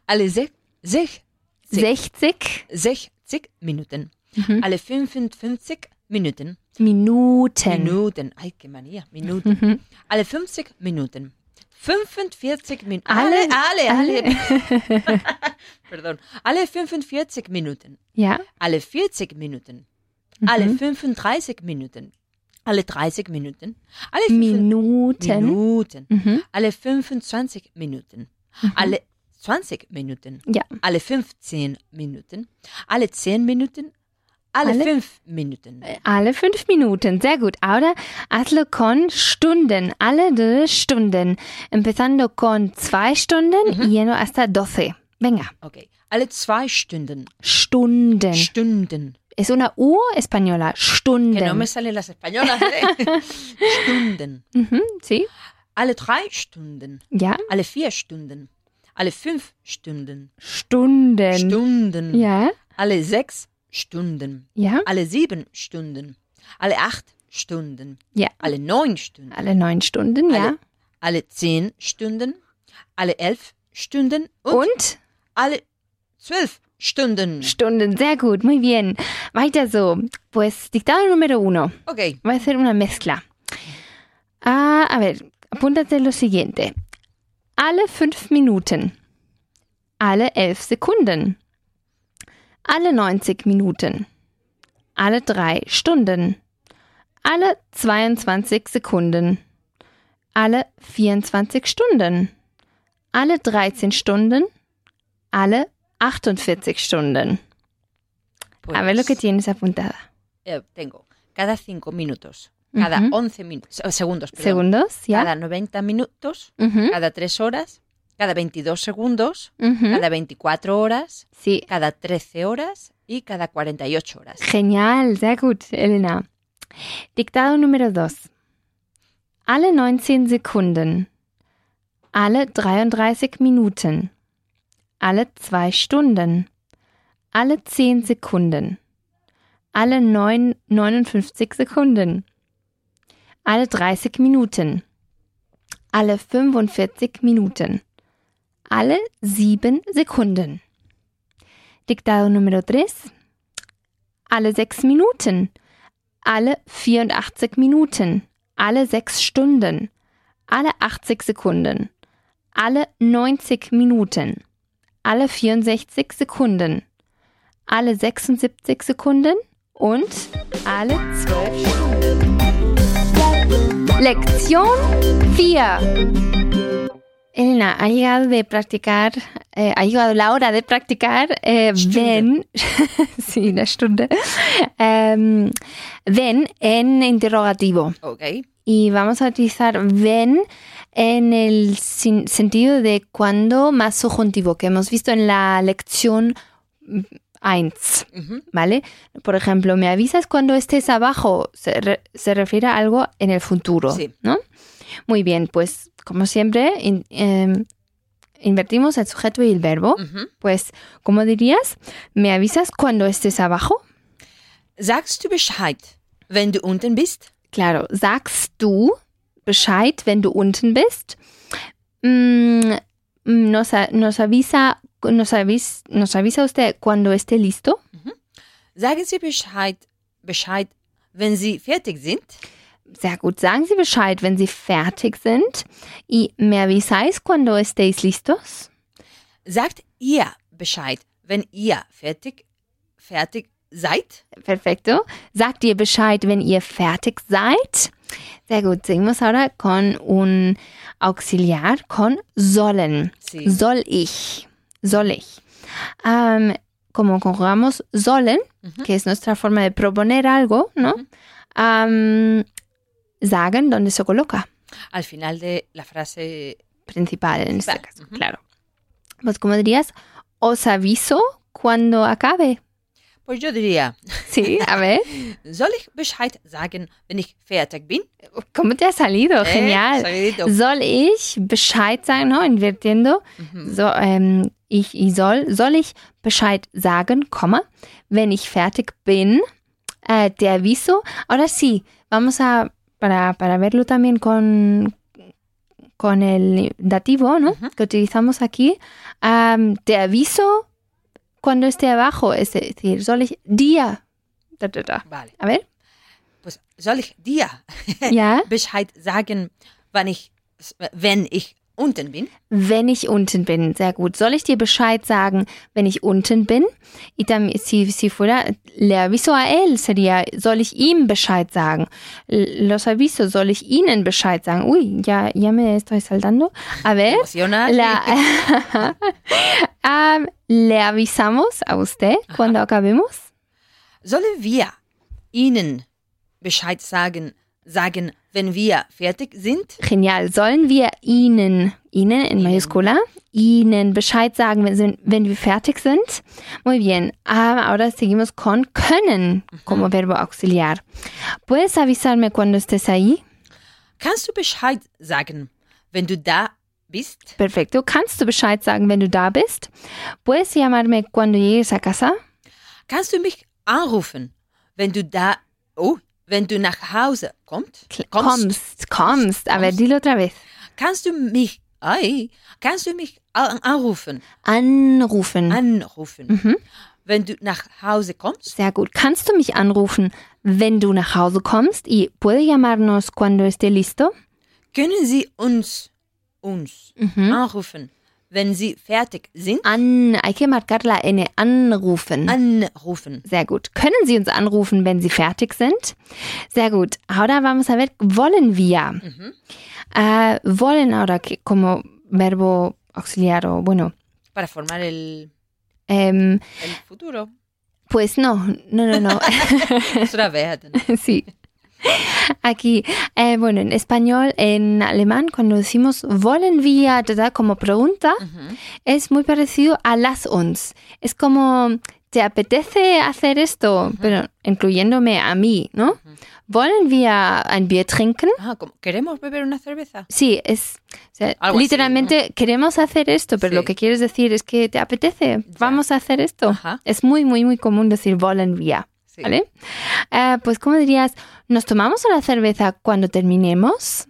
Alle 60. 60 Sí.
60
60 Minuten.
Mhm.
Alle 55 Minuten.
Minuten.
Minuten. Ay, qué manía.
Mhm.
Minuten. Alle 50 Minuten. 45 Minuten.
Alle-
Alle, alle, alle.
alle.
Perdón. Alle 45 Minuten.
ja.
Alle 40 Minuten.
Mhm.
Alle 35 Minuten. Alle 30 Minuten. Alle 5
Minuten.
Minuten.
Mhm.
Alle 25 Minuten. Alle 20 Minuten.
Ja.
Alle 15 Minuten. Alle 10 Minuten. Alle,
Alle- Äh.
5 Minuten.
Alle fünf Minuten, sehr gut. Ahora hazlo con Stunden, alle de Stunden. Empezando con zwei Stunden
Mhm.
y yendo hasta doce. Venga,
Okay. Alle 2 Stunden.
Stunden.
Stunden.
Es una U española, Stunden.
Que no me salen las españolas. ¿eh? Stunden.
Mhm, sí,
Alle 3 Stunden.
ja,
Alle 4 Stunden. Alle 5 Stunden.
Stunden.
Stunden.
ja,
Alle 6 Stunden.
ja,
Alle 7 Stunden. Alle 8 Stunden.
ja.
Alle 9 Stunden.
Alle neun Stunden, ja.
Alle, alle 10 Stunden, alle 11 Stunden und,
Und?
alle 12 Stunden.
Stunden, sehr gut, muy bien. Weiter so. Pues dictado número uno.
Okay.
Voy a hacer una mezcla. Ah, a ver, apúntate lo siguiente. Alle fünf Minuten. Alle elf Sekunden. Alle 90 Minuten. Alle drei Stunden. Alle 22 Sekunden. Alle 24 Stunden. Alle 13 Stunden. Alle 48 Stunden.
Pues,
a ver lo que tienes apuntada.
eh, tengo. Cada 5 minutos, cada
Ujú.
11 minutos, segundos, perdón,
Segundos, ¿ya? ¿Mm?
cada 90 minutos,
Ujú,
cada 3 horas, cada 22 segundos,
ujú.
cada 24 horas,
Sí,
cada 13 horas y cada 48 horas.
Genial, sehr gut, Elena. Dictado número 2. Alle 19 Sekunden. Alle 33 Minuten. Alle 2 Stunden. Alle 10 Sekunden. Alle 9, 59 Sekunden. Alle 30 Minuten. alle 45 Minuten, alle 7 Sekunden. Dictado número 3, alle 6 Minuten, alle 84 Minuten, alle 6 Stunden, alle 80 Sekunden, alle 90 Minuten, alle 64 Sekunden, alle 76 Sekunden und alle 12 Stunden. Lección 4. Elena, ha llegado de practicar, eh, ha llegado la hora de practicar, eh, ven, sí, una Stunde, Em, ven en interrogativo.
Okay.
Y vamos a utilizar ven en el sin- sentido de cuando más subjuntivo, que hemos visto en la lección 1,
Mhm.
¿vale? Por ejemplo, me avisas cuando estés abajo, se, re- se refiere a algo en el futuro,
Sí.
¿no? Muy bien, pues como siempre, in- em, invertimos el sujeto y el verbo.
Mhm.
Pues, ¿cómo dirías? ¿Me avisas cuando estés abajo?
Sagst du Bescheid, wenn du unten bist?
Claro, sagst du Bescheid, wenn du unten bist? Mm, nos, a- nos avisa, nos, avis- nos avisa usted cuando esté listo.
Sagen Sie Bescheid, Bescheid, wenn Sie fertig sind?
Sehr gut, sagen Sie Bescheid, wenn Sie fertig sind. Y me avisáis cuando estéis listos.
Sagt ihr Bescheid, wenn ihr fertig, fertig seid?
Perfecto. Sagt ihr Bescheid, wenn ihr fertig seid. Sehr gut, seguimos ahora con un auxiliar, con sollen.
Sie.
Soll ich. Soll ich. Am, como conjugamos sollen,
Ujú.
que es nuestra forma de proponer algo, ¿no? Am, sagen, ¿dónde se coloca?
Al final de la frase
Principal en este
Principal,
caso,
ujú.
claro. Pues como dirías, os aviso cuando acabe.
Pues yo diría,
Sí, a ver.
soll ich Bescheid sagen, wenn ich fertig bin?
¿Cómo te ha salido?
Eh,
Oh, Genial.
solidito.
Soll ich Bescheid sagen, no? Invirtiendo.
Mhm.
So, ähm, ich, ich soll, soll ich Bescheid sagen, Komma, wenn ich fertig bin, äh, te aviso. Ahora sí, vamos a, para, para verlo también con, con el dativo, ¿no?
Ujú.
Que utilizamos aquí. Ähm, te aviso cuando esté abajo. Es decir, soll ich dir, da, da, da.
Vale.
A ver,
Pues soll ich dir
ja,
Bescheid sagen, wann ich, wenn ich unten bin?
wenn ich unten bin. Sehr gut. Soll ich dir Bescheid sagen, wenn ich unten bin? Y también, si, si fuera, le aviso a él, sería, soll ich ihm Bescheid sagen? L- Los aviso, soll ich ihnen Bescheid sagen? Uy, ya, ya me estoy saltando. A ver,
Emocional.
Eh, la, Am, le avisamos a usted cuando acabemos.
Sollen wir Ihnen Bescheid sagen, sagen, wenn wir fertig sind?
Genial. Sollen wir Ihnen, Ihnen in mayúscula, Ihnen Bescheid sagen, wenn, sind- wenn wir fertig sind? Muy bien. Ah, ahora seguimos con können como verbo auxiliar. ¿Puedes avisarme cuando estés ahí?
Kannst du Bescheid sagen, wenn du da bist?
Perfecto. Kannst du Bescheid sagen, wenn du da bist? ¿Puedes llamarme cuando llegues a casa?
Kannst du mich anrufen, wenn du da, oh, wenn du nach Hause kommt, kommst?
Kommst, kommst. A ver,
Kommst.
dilo otra vez.
Kannst du mich, ei, kannst du mich an- anrufen,
Anrufen.
anrufen,
Mhm.
wenn du nach Hause kommst?
Sehr gut. Kannst du mich anrufen, wenn du nach Hause kommst? ¿Y puede llamarnos cuando esté listo?
Können Sie uns, uns
Mhm.
anrufen, wenn Sie fertig sind?
An, hay que marcar la N, anrufen.
Anrufen.
Sehr gut. Können Sie uns anrufen, wenn Sie fertig sind? Sehr gut. Ahora vamos a ver, wollen wir.
Mhm.
Äh, wollen ahora que- como verbo auxiliar o bueno.
Para formar el,
Ähm,
el futuro.
pues no, no, no, no.
Será verdad.
sí. Aquí, eh, bueno, en español, en alemán, cuando decimos wollen wir, da, da, como pregunta,
Mhm.
es muy parecido a las uns. Es como, ¿te apetece hacer esto? Pero incluyéndome a mí, ¿no? ¿Wollen wir ein Bier trinken?
Ah, como, ¿Queremos beber una cerveza?
Sí, es o sea,
Algo así,
literalmente queremos hacer esto, pero
Sí.
lo que quieres decir es que te apetece, vamos a hacer esto.
Ajá.
Es muy, muy, muy común decir wollen wir,
Sí.
¿vale? Ah, Eh, pues, ¿cómo dirías? ¿Nos tomamos una cerveza cuando terminemos?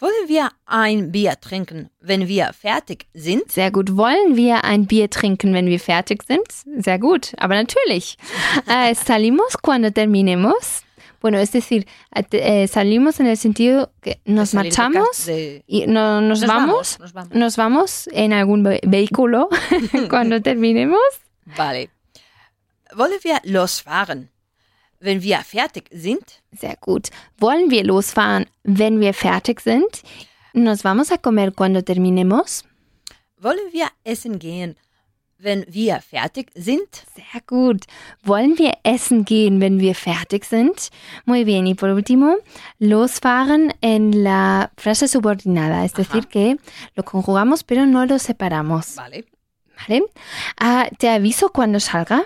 Wollen wir ein Bier trinken, wenn wir fertig sind?
Sehr gut. Wollen wir ein Bier trinken, wenn wir fertig sind? Sehr gut. Aber natürlich. Eh, salimos cuando terminemos. Bueno, es decir, eh, te- eh, salimos en el sentido que nos
Salir de casa-
marchamos
de-
y no- nos,
Nos
vamos,
vamos, nos vamos.
Nos vamos en algún ve- vehículo cuando terminemos. Mm.
Vale. Wollen wir losfahren, wenn wir fertig sind?
Sehr gut. Wollen wir losfahren, wenn wir fertig sind? Nos vamos a comer cuando terminemos.
Wollen wir essen gehen, wenn wir fertig sind?
Sehr gut. Wollen wir essen gehen, wenn wir fertig sind? Muy bien. Y por último, losfahren en la frase subordinada, es decir, que lo conjugamos pero no lo separamos.
Vale.
¿Vale? Ah, te aviso cuando salga.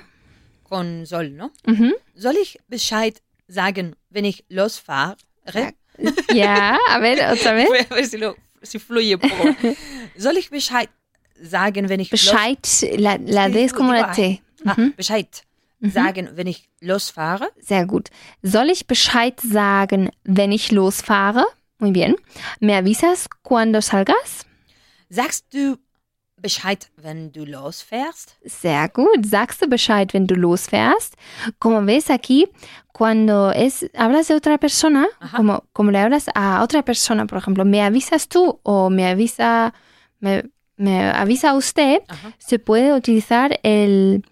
Con soll, no?
Mhm.
Soll ich Bescheid sagen, wenn ich losfahre?
Ja, a ver, otra vez.
si lo- si fluye poco. Soll ich Bescheid sagen, wenn ich
Bescheid, mhm. la, la D es como la T.
los, ah, Bescheid sagen, wenn ich losfahre?
Sehr gut. Soll ich Bescheid sagen, wenn ich losfahre? Muy bien. ¿Me avisas cuando salgas?
Sagst du Bescheid, wenn du losfährst?
Sehr gut. Sagst du Bescheid, wenn du losfährst? Como ves aquí, cuando es, hablas de otra persona, como, como le hablas a otra persona, por ejemplo, ¿me avisas tú o me avisa, me, me avisa usted?
Ajá.
Se puede utilizar el,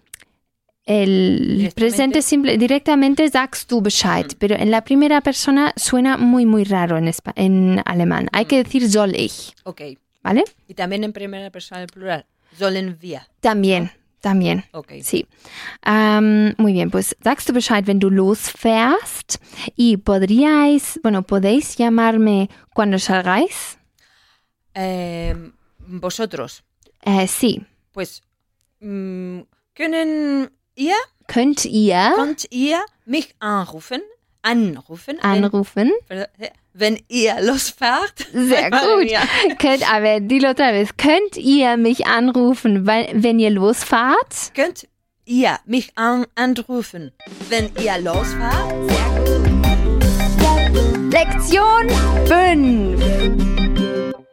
el
Directamente.
presente simple, directamente sagst du Bescheid, pero en la primera persona suena muy, muy raro en, espa- en alemán. Hay que decir soll ich,
Okay.
¿vale?
Y también en primera persona del plural. Sollen wir.
También, también.
Okay.
Sí. Am, muy bien, pues sagst du Bescheid, wenn du losfährst. Y podríais, bueno, podéis llamarme cuando salgáis.
Ähm, vosotros,
Eh, sí.
pues, mm, können ihr,
Ah. Könnt ihr
könnt ihr mich anrufen? Anrufen?
anrufen?
Wenn, wenn ihr losfahrt?
Sehr
Weil
gut.
wir-
Könnt, aber die otra vez. Könnt ihr mich anrufen, weil, wenn ihr losfahrt?
Könnt ihr mich an, anrufen, wenn ihr losfahrt?
Lección 5.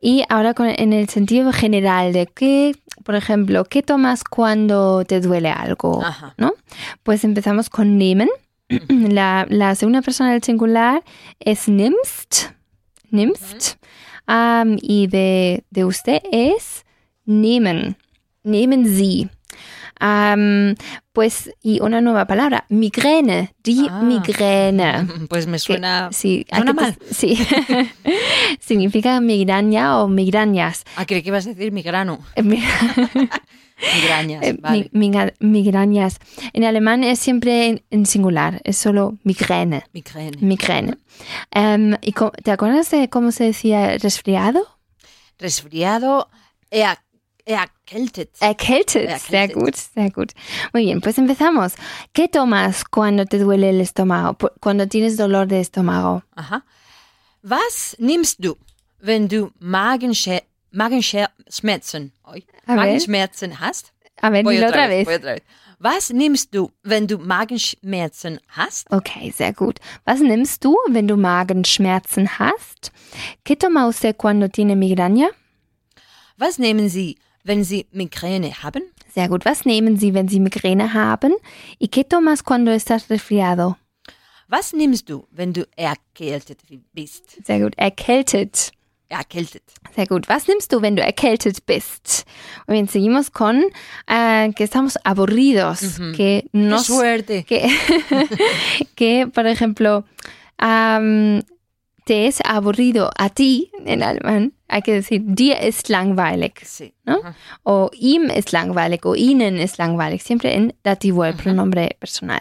Y ahora con, en el sentido general de que, por ejemplo, ¿qué tomas cuando te duele algo?
Ajá.
¿no? Pues empezamos con nehmen.
Mm.
La, la segunda persona del singular es nimmst. Nimmst. Am, y de, de usted es nehmen. Nehmen Sie. Am, pues, y una nueva palabra, migraine. Die
Ah.
migraine.
Pues me
Que-
suena
sí, a
suena
que te-
mal.
sí. Significa migraña o migrañas.
Ah, creí que ibas a decir migrano.
Eh, mi-
Migrañas,
eh,
Ah, vale.
mi- miga- migrañas. En alemán es siempre en, en singular, es solo migraine.
Migräne.
Migraine. Em, ¿y co- ¿Te acuerdas de cómo se decía resfriado?
Resfriado, er, erkältet.
Eh. Erkältet. Sehr
Erkältet.
gut, sehr gut. Muy bien, pues empezamos. ¿Qué tomas cuando te duele el estómago? Pu- Cuando tienes dolor de estómago.
Aha. Was nimmst du, wenn du Magensche Magenschmerzen, oi,
A ver.
Magenschmerzen hast?
A ver,
Voy
dilo otra vez.
voy otra vez. Was nimmst du, wenn du Magenschmerzen hast?
Okay, sehr gut. Was nimmst du, wenn du Magenschmerzen hast? ¿Qué toma usted cuando tiene migraña?
Was nehmen sie, wenn sie Migräne haben?
Sehr gut. Was nehmen Sie, wenn Sie Migräne haben? ¿Y qué tomas cuando estás resfriado?
Was nimmst du, wenn du erkältet bist?
Sehr gut. Erkältet.
Erkältet.
Sehr gut. Was nimmst du, wenn du erkältet bist? Muy bien, seguimos con eh, que estamos aburridos, que
Qué
nos
Suerte.
que, que, por ejemplo, am, te es aburrido a ti en alemán, hay que decir, dir ist langweilig.
Sí.
¿no?
Ajá.
O ihm es langweilig o ihnen es langweilig, siempre en dativo, el pronombre personal.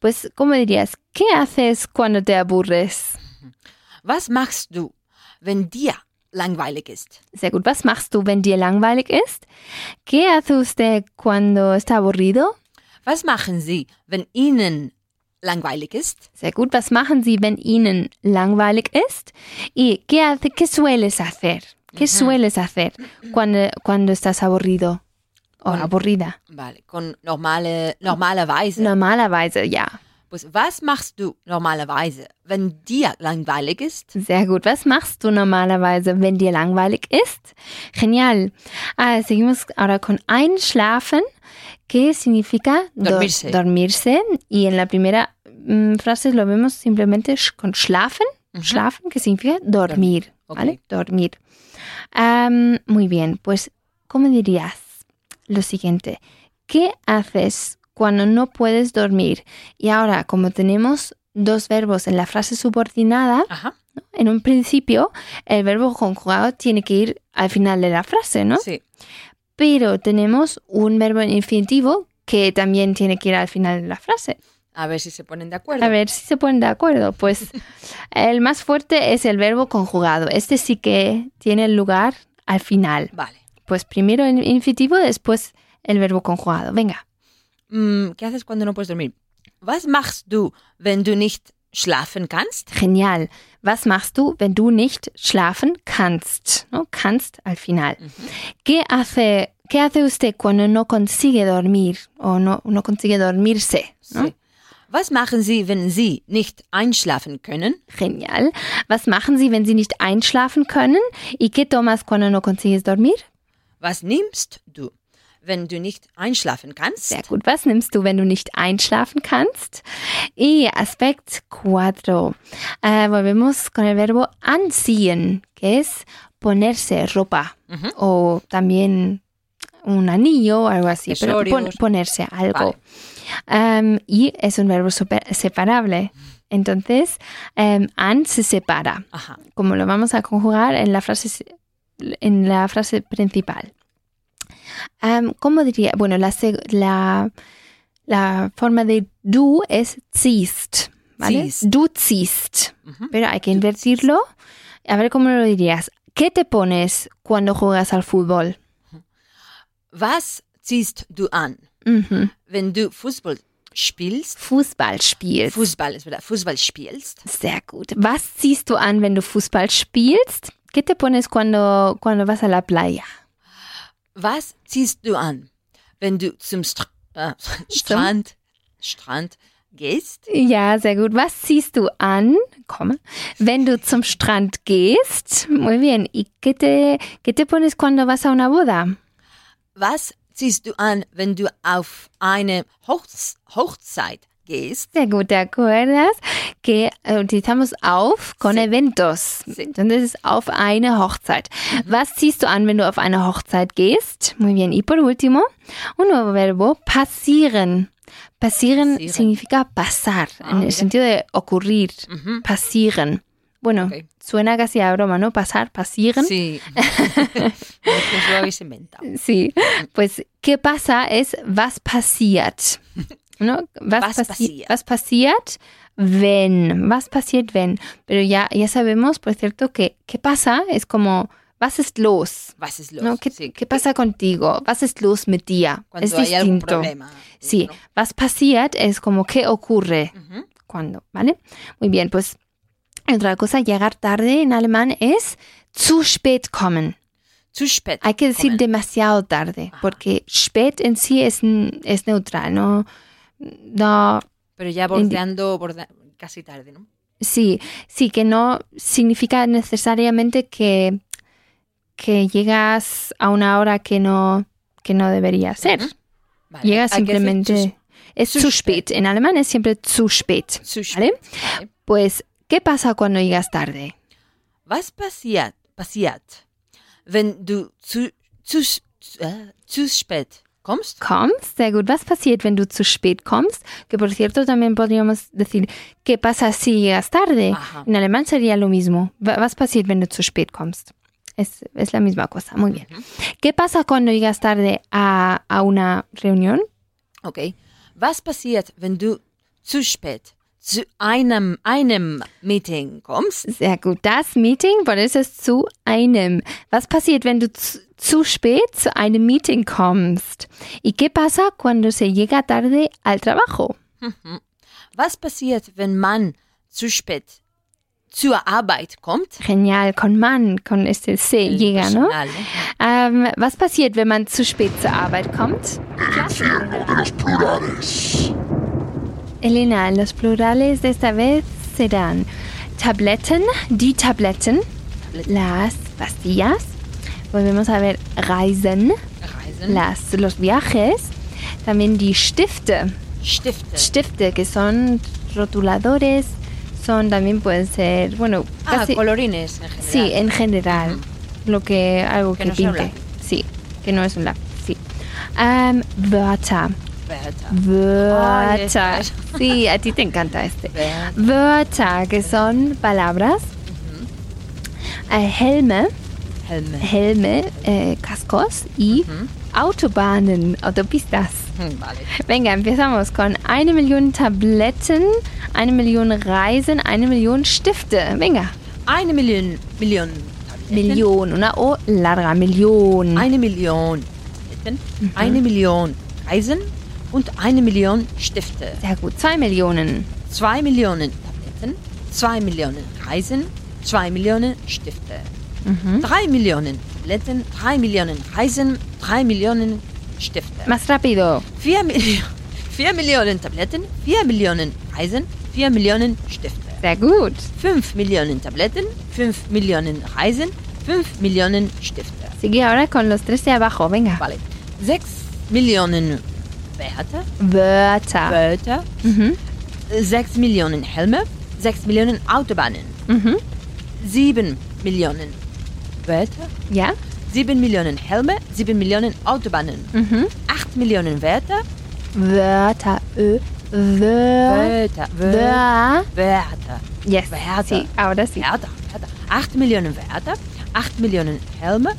Pues, ¿cómo dirías? ¿Qué haces cuando te aburres?
Was machst du, wenn dir langweilig ist?
Sehr gut. Was machst du, wenn dir langweilig ist? ¿Qué hace usted cuando está aburrido?
Was machen sie, wenn ihnen langweilig ist?
Sehr gut. Was machen Sie, wenn Ihnen langweilig ist? ¿Y qué, hace, qué sueles hacer? ¿Qué sueles hacer cuando, cuando estás aburrido o aburrida?
Vale, con normale, normalerweise.
Normalerweise, ja.
Markus, was machst du normalerweise, wenn dir langweilig ist?
Sehr gut. Was machst du normalerweise, wenn dir langweilig ist? Genial. Ah, seguimos ahora con einschlafen, que significa do-
Dormirse.
dormirse. Y en la primera mm, frase lo vemos simplemente sch- con schlafen,
Ujú.
schlafen, que significa dormir.
Ok.
¿Vale? Dormir. Am, muy bien, pues, ¿cómo dirías lo siguiente? ¿Qué haces cuando no puedes dormir? Y ahora, como tenemos dos verbos en la frase subordinada,
Ajá.
en un principio el verbo conjugado tiene que ir al final de la frase, ¿no?
Sí.
Pero tenemos un verbo en infinitivo que también tiene que ir al final de la frase.
A ver si se ponen de acuerdo.
A ver si se ponen de acuerdo. Pues el más fuerte es el verbo conjugado. Este sí que tiene lugar al final.
Vale.
Pues primero el infinitivo, después el verbo conjugado. Venga.
Mm, ¿Qué haces cuando no puedes dormir? Was machst du, wenn du nicht schlafen kannst?
Genial. Was machst du, wenn du nicht schlafen kannst? ¿No? Kannst al final. ¿Qué hace, ¿Qué hace usted cuando no consigue dormir o no, no consigue dormirse? ¿no?
Sí. Was machen sie, wenn sie nicht einschlafen können?
Genial. Was machen Sie, wenn Sie nicht einschlafen können? ¿Y qué tomas cuando no consigues dormir?
Was nimmst du, wenn du nicht einschlafen kannst?
Sehr gut. Was nimmst du, wenn du nicht einschlafen kannst? E, Y aspect 4. Eh, volvemos con el verbo anziehen, que es ponerse ropa
Ujú.
o también un anillo o algo así, pero
Accesorios.
pon- ponerse algo. Em, y es un verbo super- separable. Entonces, em, an se separa.
Ajá.
como lo vamos a conjugar en la frase, en la frase principal. Am, ¿Cómo diría? Bueno, la, seg- la, la forma de du es ziehst, ¿vale?
Ziehst.
Du ziehst,
Ujú.
pero hay que invertirlo. A ver cómo lo dirías. ¿Qué te pones cuando juegas al fútbol?
Was ziehst du an,
Ujú.
wenn du Fußball spielst?
Fußball spielst.
Fußball ist wieder Fußball spielst.
Sehr gut. Was ziehst du an, wenn du Fußball spielst? ¿Qué te pones cuando, cuando vas a la playa?
Was ziehst du an, wenn du zum Str äh, Strand, Strand gehst?
Ja, sehr gut. Was ziehst du an, Komma, wenn du zum Strand gehst? Muy bien. ¿Y qué te, qué te pones cuando vas a una boda?
Was ziehst du an, wenn du auf eine Hochs Hochzeit gehst?
Sehr gut, ¿te acuerdas? Que eh, utilizamos auf con
Sí.
eventos.
Sí.
Entonces es auf eine Hochzeit. Was ziehst du an, wenn du auf eine Hochzeit gehst? Muy bien. Y por último, un nuevo verbo, passieren. Passieren,
Passieren.
significa pasar,
Ah,
en el
mira. Mm.
sentido de ocurrir.
Mhm.
Passieren. Bueno,
Ok.
suena casi a broma, ¿no? Pasar, passieren.
Sí. Eso lo habéis inventado.
Sí, pues qué pasa es was passiert. ¿No?
Was
Was, passi-
passiert.
was passiert, wenn. Was passiert, wenn. Pero ya, ya sabemos, por cierto, que qué pasa es como, was ist los?
Was ist los?
¿No? ¿Qué,
Sí.
qué pasa contigo? Was ist los mit dir?
Cuando
es
hay algún
distinto.
problema.
Sí,
¿no?
was passiert es como qué ocurre
Ujú.
cuando, ¿vale? Muy bien, pues otra cosa, llegar tarde en alemán es zu spät kommen.
Zu spät.
Hay que decir
kommen.
demasiado tarde,
Ajá.
porque spät en sí es, n- es neutral, ¿no? No,
Pero ya bordeando, borda- casi tarde, ¿no?
sí, sí, que no significa necesariamente que, que llegas a una hora que no, que no debería ser.
Ujú. Vale.
Llegas
Hay que decir
simplemente... Es
zu
zu spät. En alemán es siempre zu spät.
Zu, zu spät.
¿Vale? Pues, ¿qué pasa cuando llegas tarde?
Was passiert, passiert, wenn du zu, zu, s- äh, zu spät kommst?
Kommst, sehr gut. Was passiert, wenn du zu spät kommst? Que por cierto, también podríamos decir, ¿qué pasa si llegas tarde?
Ajá.
En alemán sería lo mismo. Wa- Was passiert, wenn du zu spät kommst? Es, es la misma cosa. Muy bien. ¿Qué pasa cuando llegas tarde a, a una reunión?
Okay. Was passiert, wenn du zu spät zu einem, einem Meeting kommst?
Sehr gut. Das Meeting, por eso es zu einem. Was passiert, wenn du zu, zu spät zu einem Meeting kommst? ¿Y qué pasa cuando se llega tarde al trabajo?
Was passiert, wenn man zu spät zur Arbeit kommt?
Genial, con man, con este se llega, ¿no?
Personal, ne?
Ähm, was passiert, wenn man zu spät zur Arbeit kommt?
Círculo de los plurales.
Elena, los plurales de esta vez serán Tabletten, die Tabletten, las pastillas. Volvemos a ver Reisen,
Reisen.
las, los viajes. También die Stifte,
Stifte.
Stifte, que son rotuladores, son también pueden ser, bueno,
Ah,
casi,
colorines en general.
sí, en general, lo que algo
Que
que,
no sea un
pinte,
lápiz.
sí, que no es un lápiz, sí. Am, Wörter,
Wörter. Ay,
Wörter,
este.
sí, a ti te encanta este.
Wörter.
Wörter, que son palabras. Äh, Helme,
Helme.
Äh. Helme, eh, cascos y Autobahnen, autopistas.
Hm, Vale.
Venga, empezamos con eine Million Tabletten, eine Million Reisen, eine Million Stifte. Venga.
Eine Million. Million. Tabletten.
Million, una O larga, Million.
Eine Million. Tabletten. Eine Million Reisen und eine Million Stifte.
Sehr gut, zwei Millionen.
Zwei Millionen Tabletten. Zwei Millionen Reisen. Zwei Millionen Stifte. Drei Millionen Tabletten. Drei Millionen Reisen. Drei Millionen Stifte.
Más rápido.
4 Millionen, 4 Millionen Tabletten, 4 Millionen Reisen, 4 Millionen Stifte.
Sehr gut.
5 Millionen Tabletten, 5 Millionen Reisen, 5 Millionen Stifte.
Sigue ahora con los tres de abajo, venga.
Vale. 6 Millionen Werte,
Wörter.
Wörter,
Mhm.
6 Millionen Helme, 6 Millionen Autobahnen,
Mhm.
7 Millionen Wörter,
Ja?
7 Millionen Helme, 7 Millionen Autobahnen, 8 Millionen Wörter,
Wörter. Ö. Wör.
Wörter, Wörter,
Wör.
Wörter.
Yes.
Wörter.
Sí, ahora sí.
Wärter, Wärter. 8 Millionen Wärter, 8 Millionen Helme,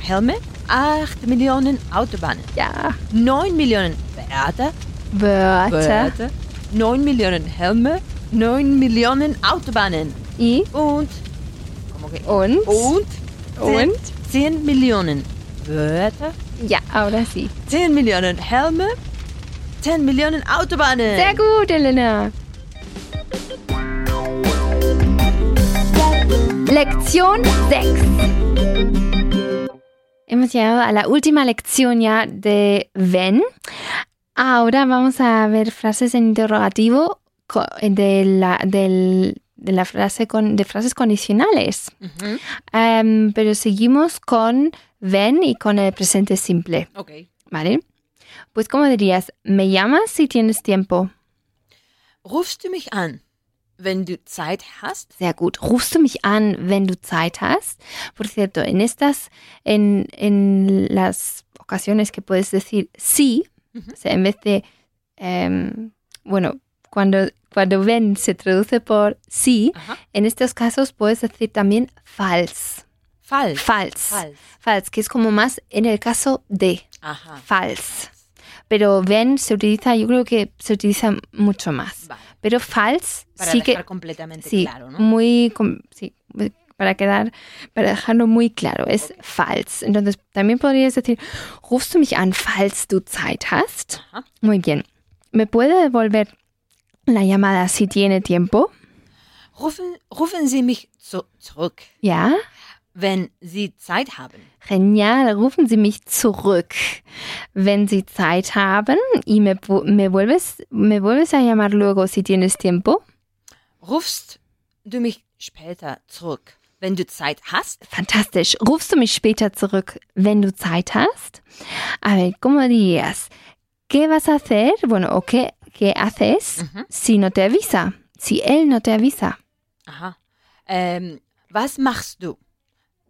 Helme, 8 Millionen Autobahnen,
Ja.
9 Millionen Wärter,
Wörter.
Wärter, 9 Millionen Helme, 9 Millionen Autobahnen
Y.
und
Und.
und zehn-
Und?
10 Millionen Wörter,
Ja, ahora sí.
10 Millionen Helme, 10 Millionen Autobahnen.
Sehr gut, Elena. Lección 6. Hemos llegado a la última lección ya de Ven. Ahora vamos a ver frases en interrogativo co- de la, del- de la frase con, de frases condicionales.
Mhm.
Em, pero seguimos con Ven y con el presente simple,
Okay.
¿vale? Pues como dirías, me llamas si tienes tiempo.
Rufst du mich an, wenn du Zeit hast?
Sehr gut. Rufst du mich an, wenn du Zeit hast? Por cierto, en estas, en, en las ocasiones que puedes decir sí,
Ujú.
o sea, en vez de, em, bueno, cuando, cuando ven se traduce por sí,
Aha.
en estos casos puedes decir también false.
Falsch.
False. False,
Falsch.
que es como más en el caso de
Aha.
false. Pero ven se utiliza, yo creo que se utiliza mucho más.
Vale.
Pero false
Para
sí que
dejar completamente
Sí,
claro, ¿no?
muy, com- sí, muy- para quedar, para dejarlo muy claro, es falls. Entonces, también podrías decir, rufst du mich an, falls du Zeit hast?
Ajá.
Muy bien. ¿Me puede devolver la llamada si tiene tiempo?
Rufen, rufen Sie mich zu, zurück,
Ja,
wenn Sie Zeit haben.
genial, rufen Sie mich zurück. Wenn Sie Zeit haben, y me, pu- me, vuelves, me vuelves a llamar luego si tienes tiempo.
Rufst du mich später zurück, wenn du Zeit hast?
Fantastisch. Rufst du mich später zurück, wenn du Zeit hast? A ver, ¿cómo dirías? ¿Qué vas a hacer? Bueno, o qué, qué haces si no te avisa? Si él no te avisa.
Aha. Ähm, was machst du?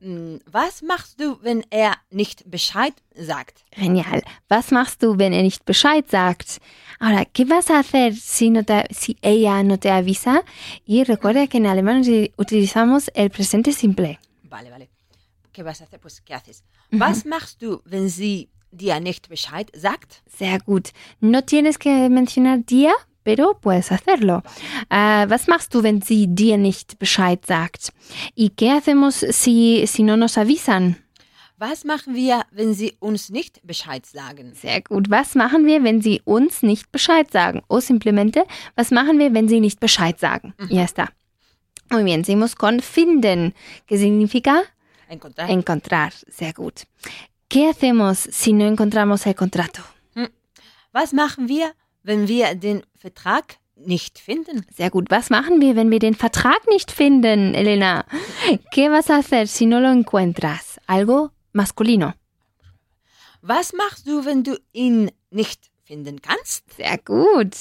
Hm, Was machst du, wenn er nicht Bescheid sagt?
Genial. Was machst du, wenn er nicht Bescheid sagt? Ahora, ¿qué vas a hacer si, no te- si ella no te avisa? Y recuerda que en alemán uti- utilizamos el presente simple.
Vale, vale. Mhm. ¿Qué vas a hacer? Pues, ¿qué haces? Was machst du, wenn sie dir nicht Bescheid sagt?
Sehr gut. No tienes que mencionar día, pero puedes hacerlo. Äh, was machst du, wenn sie dir nicht Bescheid sagt? ¿Y qué hacemos si, si no nos avisan?
Was machen wir, wenn sie uns nicht Bescheid sagen?
Sehr gut. Was machen wir, wenn sie uns nicht Bescheid sagen? O simplemente, was machen wir, wenn sie nicht Bescheid sagen? Ya está. Muy bien, seguimos con finden, que significa
Encontrar.
encontrar. Sehr gut. ¿Qué hacemos si no encontramos el contrato?
Was machen wir, wenn wir den Vertrag nicht finden.
Sehr gut. Was machen wir, wenn wir den Vertrag nicht finden, Elena? ¿Qué vas a hacer si no lo encuentras? Algo masculino.
Was machst du, wenn du ihn nicht finden kannst?
Sehr gut.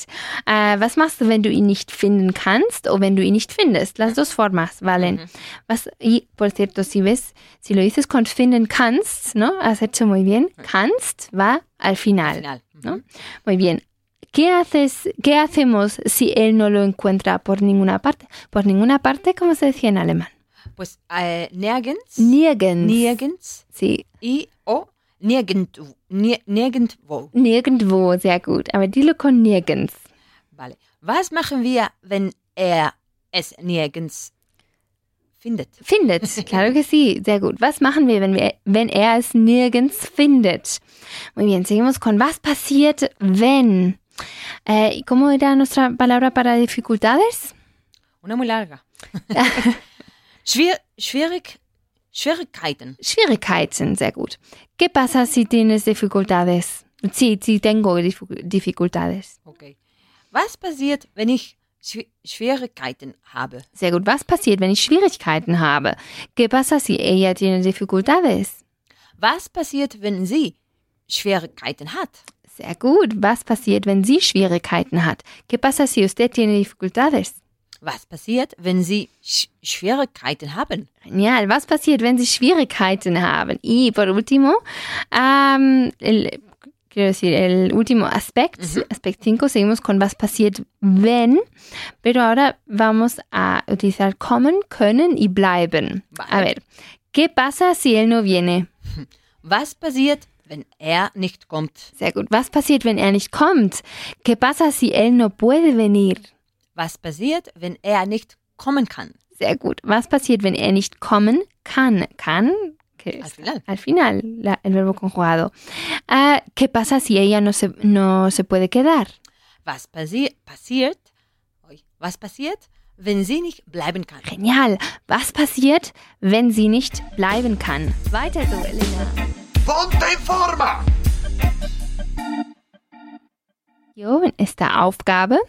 Äh, was machst du, wenn du ihn nicht finden kannst o wenn du ihn nicht findest? Las dos formas, ¿valen? Was, y, por cierto, si ves, si lo dices con finden kannst, ¿no? Has hecho muy bien. Kannst va al final.
Final. Ne?
¿no? Muy bien. ¿Qué haces, qué hacemos si él no lo encuentra por ninguna parte? Por ninguna parte, como se decía en alemán.
Pues äh, nirgends,
Nirgends.
nirgends,
sí.
i, o, nirgendwo, nir, nirgendwo.
Nirgendwo, sehr gut. Aber dilo con nirgends.
Vale. Was machen wir, wenn er es nirgends findet?
Findet, claro que sí, sehr gut. Was machen wir, wenn, wir, wenn er es nirgends findet? Muy bien, seguimos con was passiert, wenn? Eh, ¿y ¿Cómo era nuestra palabra para dificultades?
Una muy larga. Schwier schwierig, Schwierigkeiten.
Schwierigkeiten, sehr gut. ¿Qué pasa si tienes dificultades? Sí, sí tengo dificu- dificultades.
Okay. Was passiert, wenn ich Schwi- Schwierigkeiten habe?
Sehr gut. Was passiert, wenn ich Schwierigkeiten habe? ¿Qué pasa si ella tiene dificultades?
Was passiert, wenn sie Schwierigkeiten hat?
Sehr gut. Was passiert, wenn sie Schwierigkeiten hat? ¿Qué pasa si usted tiene dificultades?
Was passiert, wenn sie Sch Schwierigkeiten haben?
Genial. Was passiert, wenn Sie Schwierigkeiten haben? Y por último, am, el- quiero decir, el último aspecto, aspecto 5, seguimos con was passiert, wenn, pero ahora vamos a utilizar kommen, können y bleiben. A
Vale.
ver, ¿qué pasa si él no viene?
Was passiert, wenn er nicht kommt?
Sehr gut. Was passiert, wenn er nicht kommt? ¿Qué pasa si él no puede venir?
Was passiert, wenn er nicht kommen kann?
Sehr gut. Was passiert, wenn er nicht kommen kann? Kann? que
Al
es-
final.
Al final, la- el verbo conjugado. Ah, ¿Qué pasa si ella no se, no se puede quedar?
Was passi passiert? Ui, Was passiert, wenn sie nicht bleiben kann?
Genial. Was passiert, wenn sie nicht bleiben kann? Weiter so, Elena.
¡Ponte en forma!
Yo, en esta Aufgabe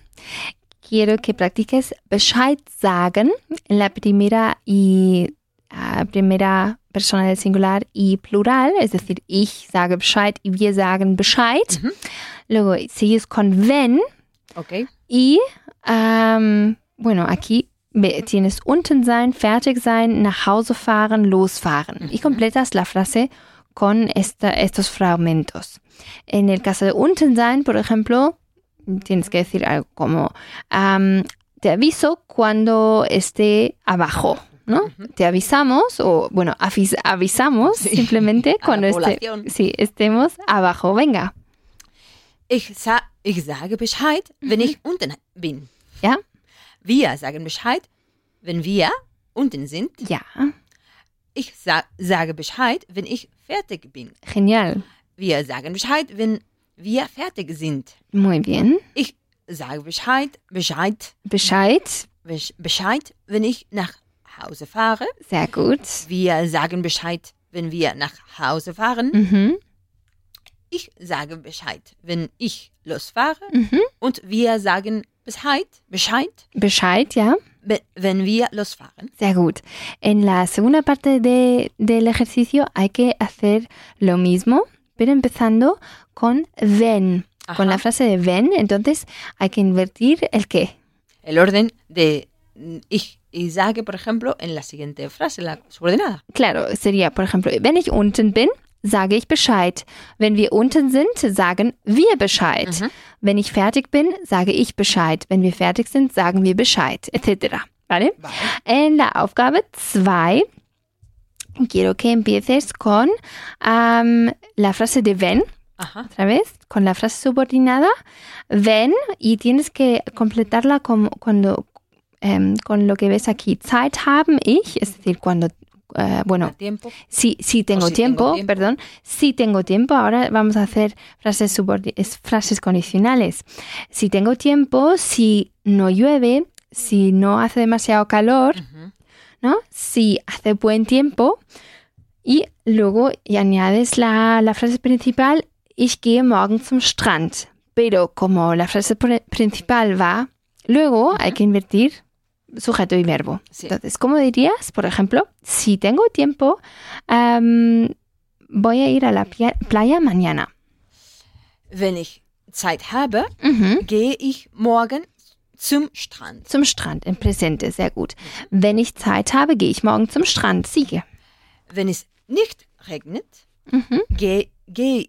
quiero que practiques Bescheid sagen en la primera y ah, primera persona del singular y plural, es decir, ich sage Bescheid y wir sagen Bescheid. Luego sigues con wenn
Okay.
y ähm, bueno, aquí ve- tienes unten sein, fertig sein, nach Hause fahren, losfahren.
Mhm.
Y completas la frase con esta, estos fragmentos. En el caso de unten sein, por ejemplo, tienes que decir algo como ähm, te aviso cuando esté abajo. ¿No? Te avisamos, o bueno, avis- avisamos simplemente
A la
cuando esté,
población.
sí, estemos abajo. Venga,
Ich, sa ich sage Bescheid, wenn ich unten bin.
Mhm. Ja.
Wir sagen Bescheid, wenn wir unten sind.
ya,
Ich sa sage Bescheid, wenn ich fertig bin.
genial,
Wir sagen Bescheid, wenn wir fertig sind.
muy bien.
Ich sage Bescheid, Bescheid,
Bescheid,
Besch- Bescheid, wenn ich nach Hause fahre.
Sehr gut.
Wir sagen Bescheid, wenn wir nach Hause fahren.
Mhm.
Ich sage Bescheid, wenn ich losfahre.
mhm.
Und wir sagen Bescheid, Bescheid,
Bescheid, ja.
be- wenn wir losfahren.
Sehr gut. En la segunda parte de- del ejercicio hay que hacer lo mismo, pero empezando con ven. Con
Ajá.
la frase de ven, entonces hay que invertir el qué.
El orden de mm, ich, ich sage, por ejemplo, en la siguiente frase, la subordinada.
Claro, sería, por ejemplo, wenn ich unten bin, sage ich Bescheid. Wenn wir unten sind, sagen wir Bescheid. Wenn ich fertig bin, sage ich Bescheid. Wenn wir fertig sind, sagen wir Bescheid, etc. ¿Vale? En la Aufgabe 2 quiero que empieces con am, la frase de wenn,
Ajá.
otra vez, con la frase subordinada, wenn, y tienes que completarla con, cuando, em, con lo que ves aquí. Zeit haben ich, es decir, cuando, eh, bueno,
A tiempo.
Sí, sí tengo,
si
tiempo,
tengo tiempo.
perdón. Sí tengo tiempo. Ahora vamos a hacer frases, subordi- es- frases condicionales. Si tengo tiempo, si no llueve, si no hace demasiado calor,
Ujú.
¿no? Si hace buen tiempo. Y luego y añades la, la frase principal, ich gehe morgen zum Strand. Pero como la frase pr- principal va Luego hay que invertir sujeto y verbo.
Sí.
Entonces, ¿cómo dirías, por ejemplo, si tengo tiempo, am, voy a ir a la pia- playa mañana?
Wenn ich Zeit habe,
Ujú.
gehe ich morgen zum Strand.
Zum Strand, im Präsente, sehr gut. Wenn ich Zeit habe, gehe ich morgen zum Strand. Siege.
Wenn es nicht regnet, gehe, gehe,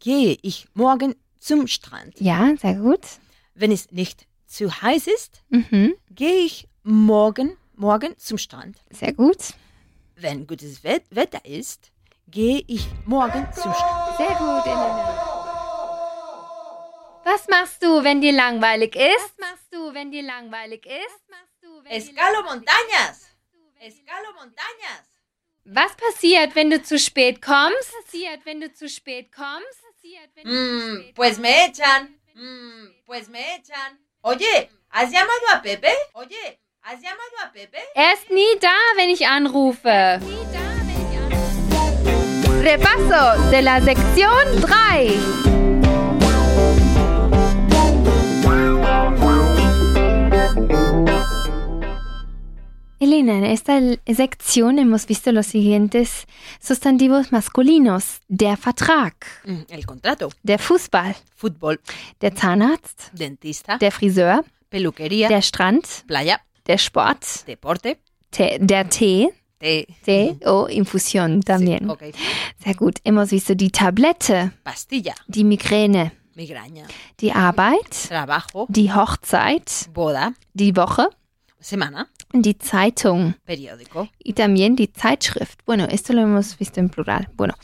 gehe ich morgen zum Strand.
Ja, sehr gut.
Wenn es nicht zu heiß ist,
Mhm.
gehe ich morgen, morgen zum Strand.
Sehr gut.
Wenn gutes Wet- Wetter ist, gehe ich morgen zum Strand.
Sehr gut, Elena. Was machst du, wenn dir langweilig ist? Was machst du, wenn dir langweilig ist? Was machst du, wenn dir
Escalo montañas. Escalo montañas.
Was passiert, wenn du zu spät kommst? Was passiert, wenn du zu spät kommst? Hm,
Mm, pues me echan. Mm, pues me echan. Oye, ¿has llamado a Pepe? Oye, ¿has llamado a Pepe?
Er ist nie da, wenn ich anrufe. Repaso de la sección 3. Elena, en esta l- sección hemos visto los siguientes sustantivos masculinos. Der Vertrag,
Mm, El contrato.
der Fußball,
Fútbol,
der Zahnarzt,
dentista,
der Friseur,
peluquería,
der Strand,
playa,
der Sport,
deporte,
te- der Tee,
té.
Tee o Infusión
Sí,
también.
ok.
Sehr gut. Hemos visto die Tablette,
Pastilla,
die Migräne,
migraña,
die Arbeit,
trabajo,
die Hochzeit,
boda,
die Woche,
semana,
die Zeitung
periódico.
y también die Zeitschrift. Bueno, esto lo hemos visto en plural. Bueno,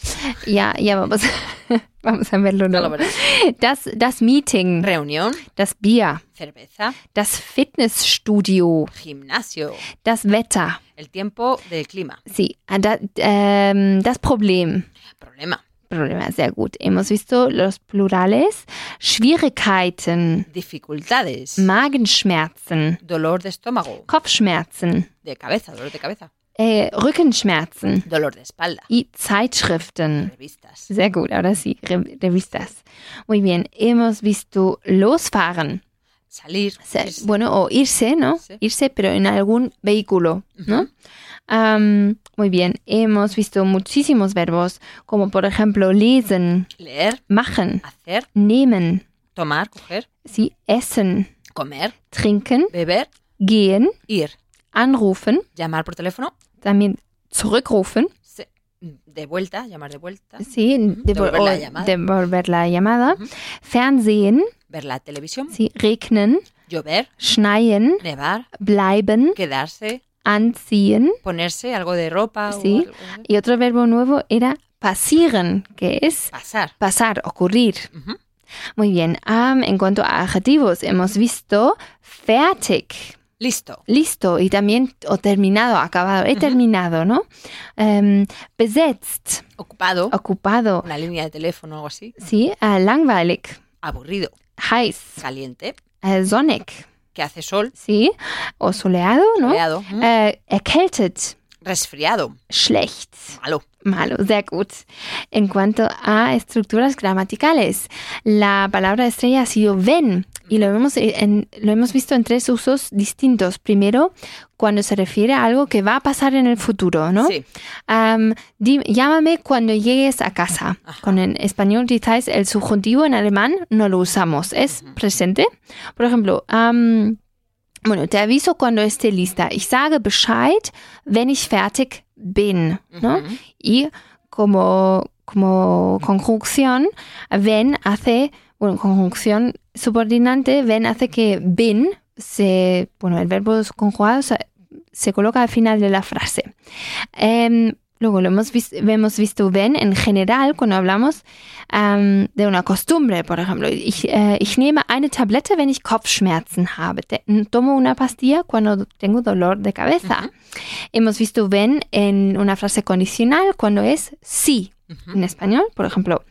ya, ya vamos, vamos a verlo
Ya lo
luego.
verás.
Das, das Meeting,
Reunión,
das Bier,
cerveza,
das Fitnessstudio,
gimnasio,
das Wetter,
el tiempo del clima,
sí, ah, da- ähm, das Problem.
problema,
Problema, sehr gut. Hemos visto los plurales. Schwierigkeiten,
dificultades,
Magenschmerzen,
dolor de estómago,
Kopfschmerzen,
de cabeza, dolor de cabeza,
äh, Rückenschmerzen
dolor de espalda,
y Zeitschriften.
revistas,
Sehr gut, ahora sí, re- revistas. Muy bien, hemos visto losfahren.
salir,
Se-
irse,
Bueno, o irse, ¿no?
Sí.
Irse, pero en algún vehículo, ¿no?
Ujú.
Am, muy bien, hemos visto muchísimos verbos, como por ejemplo lesen,
leer,
machen,
hacer,
nehmen,
tomar, coger,
sí, essen,
comer,
trinken,
beber,
gehen,
ir,
anrufen,
llamar por teléfono,
también zurückrufen,
se- de vuelta, llamar de vuelta,
sí, devol-
Devolver Mhm. la
o
llamada. Mhm.
devolver oh, la llamada, Fernsehen,
ver la televisión,
sí, regnen,
llover,
schneien,
nevar,
bleiben,
quedarse,
anziehen.
ponerse algo de ropa, o
Sí.
algo-
Y otro verbo nuevo era pasieren, que es
pasar,
pasar, ocurrir.
Ujú.
Muy bien, am, en cuanto a adjetivos, hemos visto fertig,
listo,
listo, y también o terminado, acabado, he terminado, ¿no? Em, besetzt,
ocupado,
ocupado,
una línea de teléfono o algo así,
sí, eh, langweilig,
aburrido,
heiß,
caliente,
äh, sonnig,
que hace sol,
sí, o soleado, ¿no?
soleado, ¿m?
Äh, erkältet,
resfriado,
schlecht,
malo,
malo, sehr gut. En cuanto a estructuras gramaticales, la palabra estrella ha sido ven y lo hemos, en- lo hemos visto en tres usos distintos. Primero, cuando se refiere a algo que va a pasar en el futuro, ¿no?
sí,
Am, di- llámame cuando llegues a casa.
Ajá.
Con en español dices el subjuntivo, en alemán no lo usamos, es presente. Por ejemplo, am, bueno, te aviso cuando esté lista. Ich sage Bescheid, wenn ich fertig bin. ¿no?
Ujú.
Y como, como conjunción, wenn hace, bueno, conjunción subordinante, wenn hace que bin, se, bueno, el verbo conjugado se, se coloca al final de la frase. Em, luego lo hemos, vis- hemos visto wenn en general cuando hablamos ähm, de una costumbre, por ejemplo. Ich, äh, ich nehme eine Tablette, wenn ich Kopfschmerzen habe. Te- tomo una pastilla cuando tengo dolor de cabeza. Hemos visto wenn en una frase condicional cuando es sí
Ujú.
en español. Por ejemplo,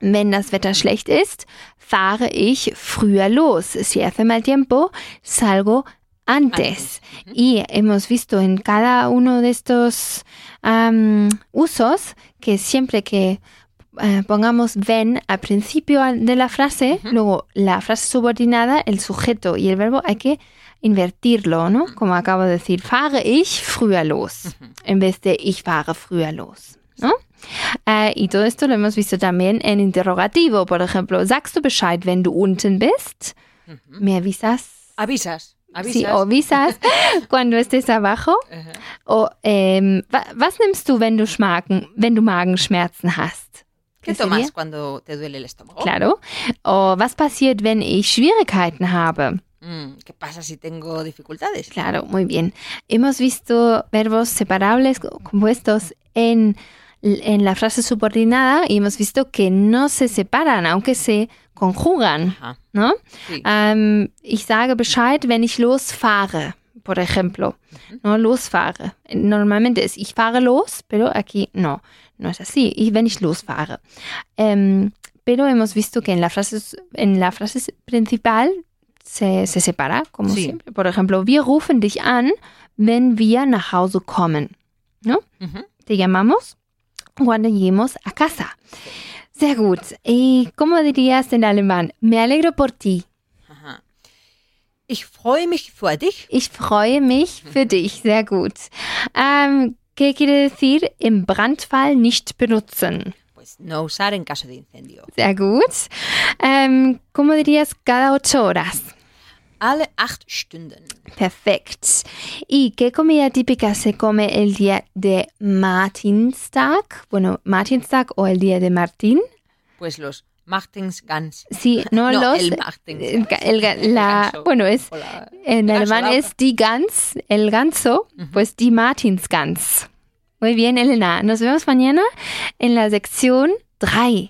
wenn das Wetter schlecht ist, fahre ich früher los. Si hace mal tiempo, salgo antes.
Antes. Ujú.
Y hemos visto en cada uno de estos am, usos que siempre que eh, pongamos ven al principio al- de la frase, luego la frase subordinada, el sujeto y el verbo, hay que invertirlo, ¿no? Como acabo de decir, fahre ich früher los, en vez de ich fahre früher los, ¿no? Eh, y todo esto lo hemos visto también en interrogativo, por ejemplo, sagst du Bescheid, wenn du unten bist? ¿Me avisas?
Avisas. Avisas.
Sí, o avisas cuando estés abajo.
Ajá.
Oh, ähm, wa was nimmst du, wenn du, Schmagen, wenn du Magenschmerzen hast?
¿Qué
sería?
tomas cuando te duele el estómago?
Claro. Oh, was passiert, wenn ich Schwierigkeiten habe?
Mm, ¿Qué pasa si tengo dificultades?
Claro, muy bien. Hemos visto verbos separables co- compuestos en, en la frase subordinada y hemos visto que no se separan, aunque se conjugan,
Ajá,
¿no?
sí.
Ähm, ich sage Bescheid, wenn ich losfahre, por ejemplo.
Mhm.
No, losfahre. Normalmente es ich fahre los, pero aquí no. No es así. Ich, wenn ich losfahre. Ähm, pero hemos visto que en la frase, en la frase principal se, se separa, como
Sí.
siempre. Por ejemplo, wir rufen dich an, wenn wir nach Hause kommen.
Ujú.
Te llamamos cuando lleguemos a casa. Sehr gut. ¿Y cómo dirías en alemán? Me alegro por ti.
Ajá. Ich freue mich für dich.
Ich freue mich für dich. Sehr gut. Ähm, ¿Qué quiere decir im Brandfall nicht benutzen?
Pues no usar en caso de incendio.
Sehr gut. Ähm, ¿Cómo dirías cada ocho horas?
Alle acht Stunden.
Perfekt. ¿Y qué comida típica se come el día de Martinstag? Bueno, Martinstag o el día de Martín.
Pues los Martins Gans.
Sí, no,
No,
los. eh,
el Martins.
el ga- el ga-
El
la-
ganso.
bueno, es.
Hola.
En
Ah,
alemán
Schlauch.
es die Gans, el ganso, pues die Martinsgans. Muy bien, Elena. Nos vemos mañana en la sección 3.